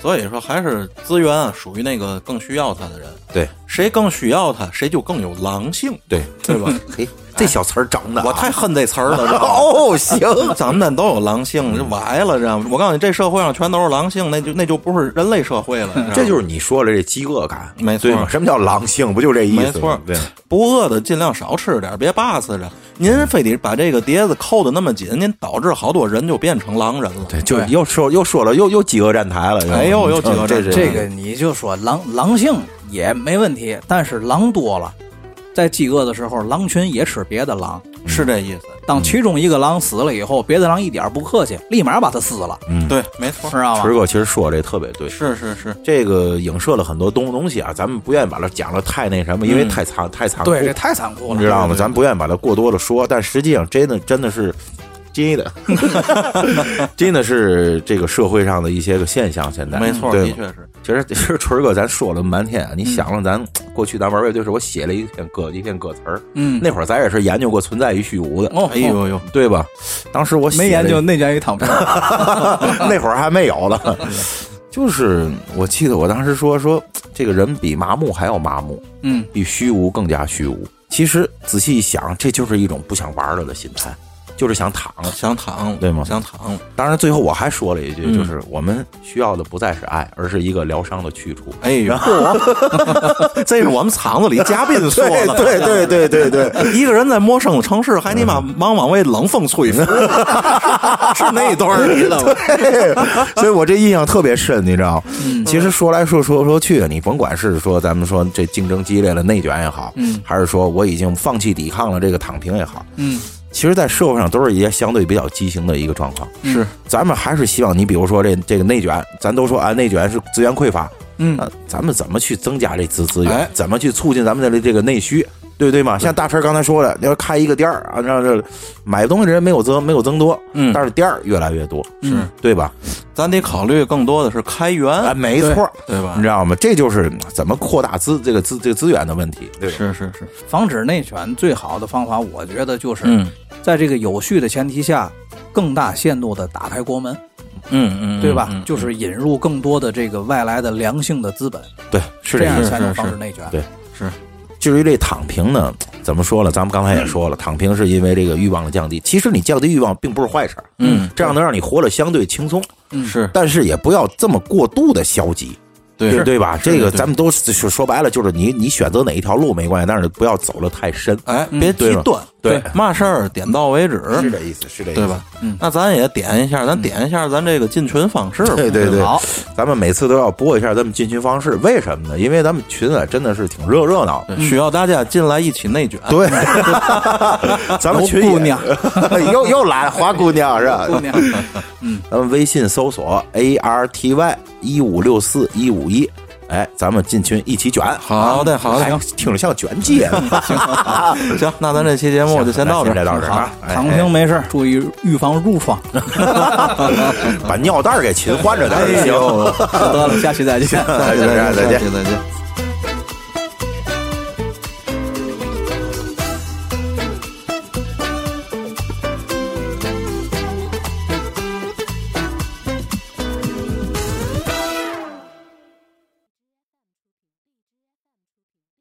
[SPEAKER 1] 所以说，还是资源啊，属于那个更需要他的人。
[SPEAKER 2] 对
[SPEAKER 1] 谁更需要他，谁就更有狼性，
[SPEAKER 2] 对，
[SPEAKER 1] 对 吧？
[SPEAKER 2] 嘿，这小词儿整的啊，
[SPEAKER 1] 我太恨这词儿 了，知道吗
[SPEAKER 2] 哦行，
[SPEAKER 1] 咱们都有狼性，这歪了，知道吗？我告诉你，这社会上全都是狼性，那就那就不是人类社会 了。你知道吗
[SPEAKER 2] 这就是你说的这饥饿感，
[SPEAKER 1] 没错
[SPEAKER 2] 对吗？什么叫狼性？不就这意思吗？
[SPEAKER 1] 没错
[SPEAKER 2] 对，
[SPEAKER 1] 不饿的尽量少吃点，别巴死着。您非得把这个碟子扣的那么紧，您导致好多人就变成狼人了。
[SPEAKER 2] 对，就又说又说了，又又饥饿站台了，
[SPEAKER 1] 哎呦
[SPEAKER 2] 嗯
[SPEAKER 1] 又饥饿
[SPEAKER 2] 这
[SPEAKER 1] 站台
[SPEAKER 3] 这个你就说狼狼性也没问题，但是狼多了，在饥饿的时候，狼群也吃别的狼。
[SPEAKER 1] 是这意思。
[SPEAKER 2] 嗯
[SPEAKER 3] 当其中一个狼死了以后，别的狼一点不客气，立马把它撕了，
[SPEAKER 1] 对，没错
[SPEAKER 3] 知，道
[SPEAKER 2] 池
[SPEAKER 3] 吗？
[SPEAKER 2] 哥其实说这特别对，
[SPEAKER 1] 是是是，
[SPEAKER 2] 这个影射了很多东东西啊，咱们不愿意把它讲的太那什么，因为太残太残酷，
[SPEAKER 3] 嗯对，这太残酷
[SPEAKER 2] 你
[SPEAKER 3] 了。
[SPEAKER 2] 知道吗？
[SPEAKER 1] 对对
[SPEAKER 2] 咱不愿意把它过多的说，但实际上真的真的 是。真的，真的是这个社会上的一些个现象，现在
[SPEAKER 1] 没错，
[SPEAKER 2] 对
[SPEAKER 1] 的
[SPEAKER 2] 吗
[SPEAKER 1] 确是。
[SPEAKER 2] 其实其实锤儿哥，咱说了那么半天啊，你想了咱，过去咱玩乐队时，我写了一篇歌一篇歌词儿，
[SPEAKER 3] 嗯，
[SPEAKER 2] 那会儿咱也是研究过存在与虚无的，
[SPEAKER 3] 哦，
[SPEAKER 1] 哎呦呦，
[SPEAKER 2] 对吧？当时我写了
[SPEAKER 3] 没
[SPEAKER 2] 一
[SPEAKER 3] 研究，内卷 与躺平。
[SPEAKER 2] 那会儿还没有呢。 就是我记得我当时说说，这个人比麻木还要麻木，
[SPEAKER 3] 嗯，
[SPEAKER 2] 比虚无更加虚无。其实仔细一想，这就是一种不想玩了的心态，就是想躺了。
[SPEAKER 1] 想躺
[SPEAKER 2] 对吗
[SPEAKER 1] 想躺，
[SPEAKER 2] 当然，最后我还说了一句，
[SPEAKER 1] 嗯
[SPEAKER 2] 就是我们需要的不再是爱，而是一个疗伤的去处。
[SPEAKER 1] 哎呦，这是我们厂子里嘉宾说的。
[SPEAKER 2] 对对对对对， 嗯
[SPEAKER 1] 一个人在陌生的城市，还你妈忙往为冷风 吹拂，是那一段儿你知道吗？
[SPEAKER 2] 所以我这印象特别深，你知道吗？其实说来说说说去，你甭管是说咱们说这竞争激烈了内卷也好，
[SPEAKER 3] 嗯
[SPEAKER 2] 还是说我已经放弃抵抗了这个躺平也好，
[SPEAKER 3] 嗯，
[SPEAKER 2] 其实，在社会上都是一些相对比较畸形的一个状况。
[SPEAKER 1] 是
[SPEAKER 2] 咱们还是希望你，比如说这这个内卷，咱都说啊，内卷是资源匮乏，
[SPEAKER 3] 嗯
[SPEAKER 2] 那咱们怎么去增加这资资源
[SPEAKER 1] 哎？
[SPEAKER 2] 怎么去促进咱们的这个内需？对不对嘛？像大陈刚才说的，你要开一个店儿啊，让这买东西的人没有增没有增多，
[SPEAKER 1] 嗯
[SPEAKER 2] 但是店儿越来越多，
[SPEAKER 3] 嗯
[SPEAKER 1] 是，
[SPEAKER 2] 对吧？
[SPEAKER 1] 咱得考虑更多的是开
[SPEAKER 2] 啊，
[SPEAKER 1] 源，
[SPEAKER 2] 没错儿，
[SPEAKER 1] 对吧
[SPEAKER 2] 你？知道吗？这就是嗯怎么扩大资这个资这个资源的问题，对吧？
[SPEAKER 1] 是是是，
[SPEAKER 3] 防止内卷最好的方法，我觉得就是
[SPEAKER 1] 嗯
[SPEAKER 3] 在这个有序的前提下，更大限度的打开国门，
[SPEAKER 1] 嗯嗯，
[SPEAKER 3] 对吧？
[SPEAKER 1] 嗯嗯
[SPEAKER 3] 就是引入更多的这个外来的良性的资本，
[SPEAKER 2] 对，是这
[SPEAKER 3] 这
[SPEAKER 2] 意
[SPEAKER 3] 样
[SPEAKER 2] 思。
[SPEAKER 3] 才
[SPEAKER 1] 是
[SPEAKER 3] 能
[SPEAKER 1] 是
[SPEAKER 3] 防止内卷。
[SPEAKER 2] 对
[SPEAKER 1] 是
[SPEAKER 2] 至于这躺平呢，怎么说了？咱们刚才也说了，躺平是因为这个欲望的降低。其实你降低欲望并不是坏事儿，
[SPEAKER 1] 嗯，
[SPEAKER 2] 这样能让你活得相对轻松，
[SPEAKER 1] 是，
[SPEAKER 2] 但是也不要这么过度的消极，对
[SPEAKER 1] 对，
[SPEAKER 2] 对吧？
[SPEAKER 1] 是的
[SPEAKER 2] 这个
[SPEAKER 1] 对
[SPEAKER 2] 咱们都是说白了，就是你你选择哪一条路没关系，但是不要走了太深。
[SPEAKER 1] 哎，别
[SPEAKER 2] 嗯对
[SPEAKER 1] 极
[SPEAKER 2] 吧
[SPEAKER 1] 端，
[SPEAKER 2] 对，
[SPEAKER 1] 嘛事儿点到为止，
[SPEAKER 2] 是这意思，是这意思，
[SPEAKER 1] 对？吧？
[SPEAKER 3] 嗯
[SPEAKER 1] 那咱也点一下，咱点一下咱这个进群方式吧，
[SPEAKER 2] 对对对
[SPEAKER 1] 吧
[SPEAKER 3] 好，
[SPEAKER 2] 咱们每次都要播一下咱们进群方式，为什么呢？因为咱们群啊真的是挺热热闹
[SPEAKER 1] 对
[SPEAKER 2] 的。
[SPEAKER 1] 嗯需要大家进来一起内卷，
[SPEAKER 2] 对，咱们群
[SPEAKER 3] 有
[SPEAKER 2] 也嗯
[SPEAKER 3] 姑 娘
[SPEAKER 2] 又又来了，花姑娘是吧？
[SPEAKER 3] 姑娘，
[SPEAKER 1] 哎
[SPEAKER 2] 咱们微信搜索 A R T Y 一五六四一五一，哎，咱们进群一起卷。
[SPEAKER 1] 好的好的
[SPEAKER 2] 哎听着像卷 姐。
[SPEAKER 1] 行，那咱这期节目就先到这儿，
[SPEAKER 2] 先到这儿
[SPEAKER 3] 好
[SPEAKER 2] 啊，，哎
[SPEAKER 3] 躺平没事儿，注意预防褥疮。
[SPEAKER 2] 哎 把尿袋儿给勤换着点儿就行。 哎
[SPEAKER 3] 得了，下期再见。
[SPEAKER 2] 再见再见
[SPEAKER 1] 下期再见。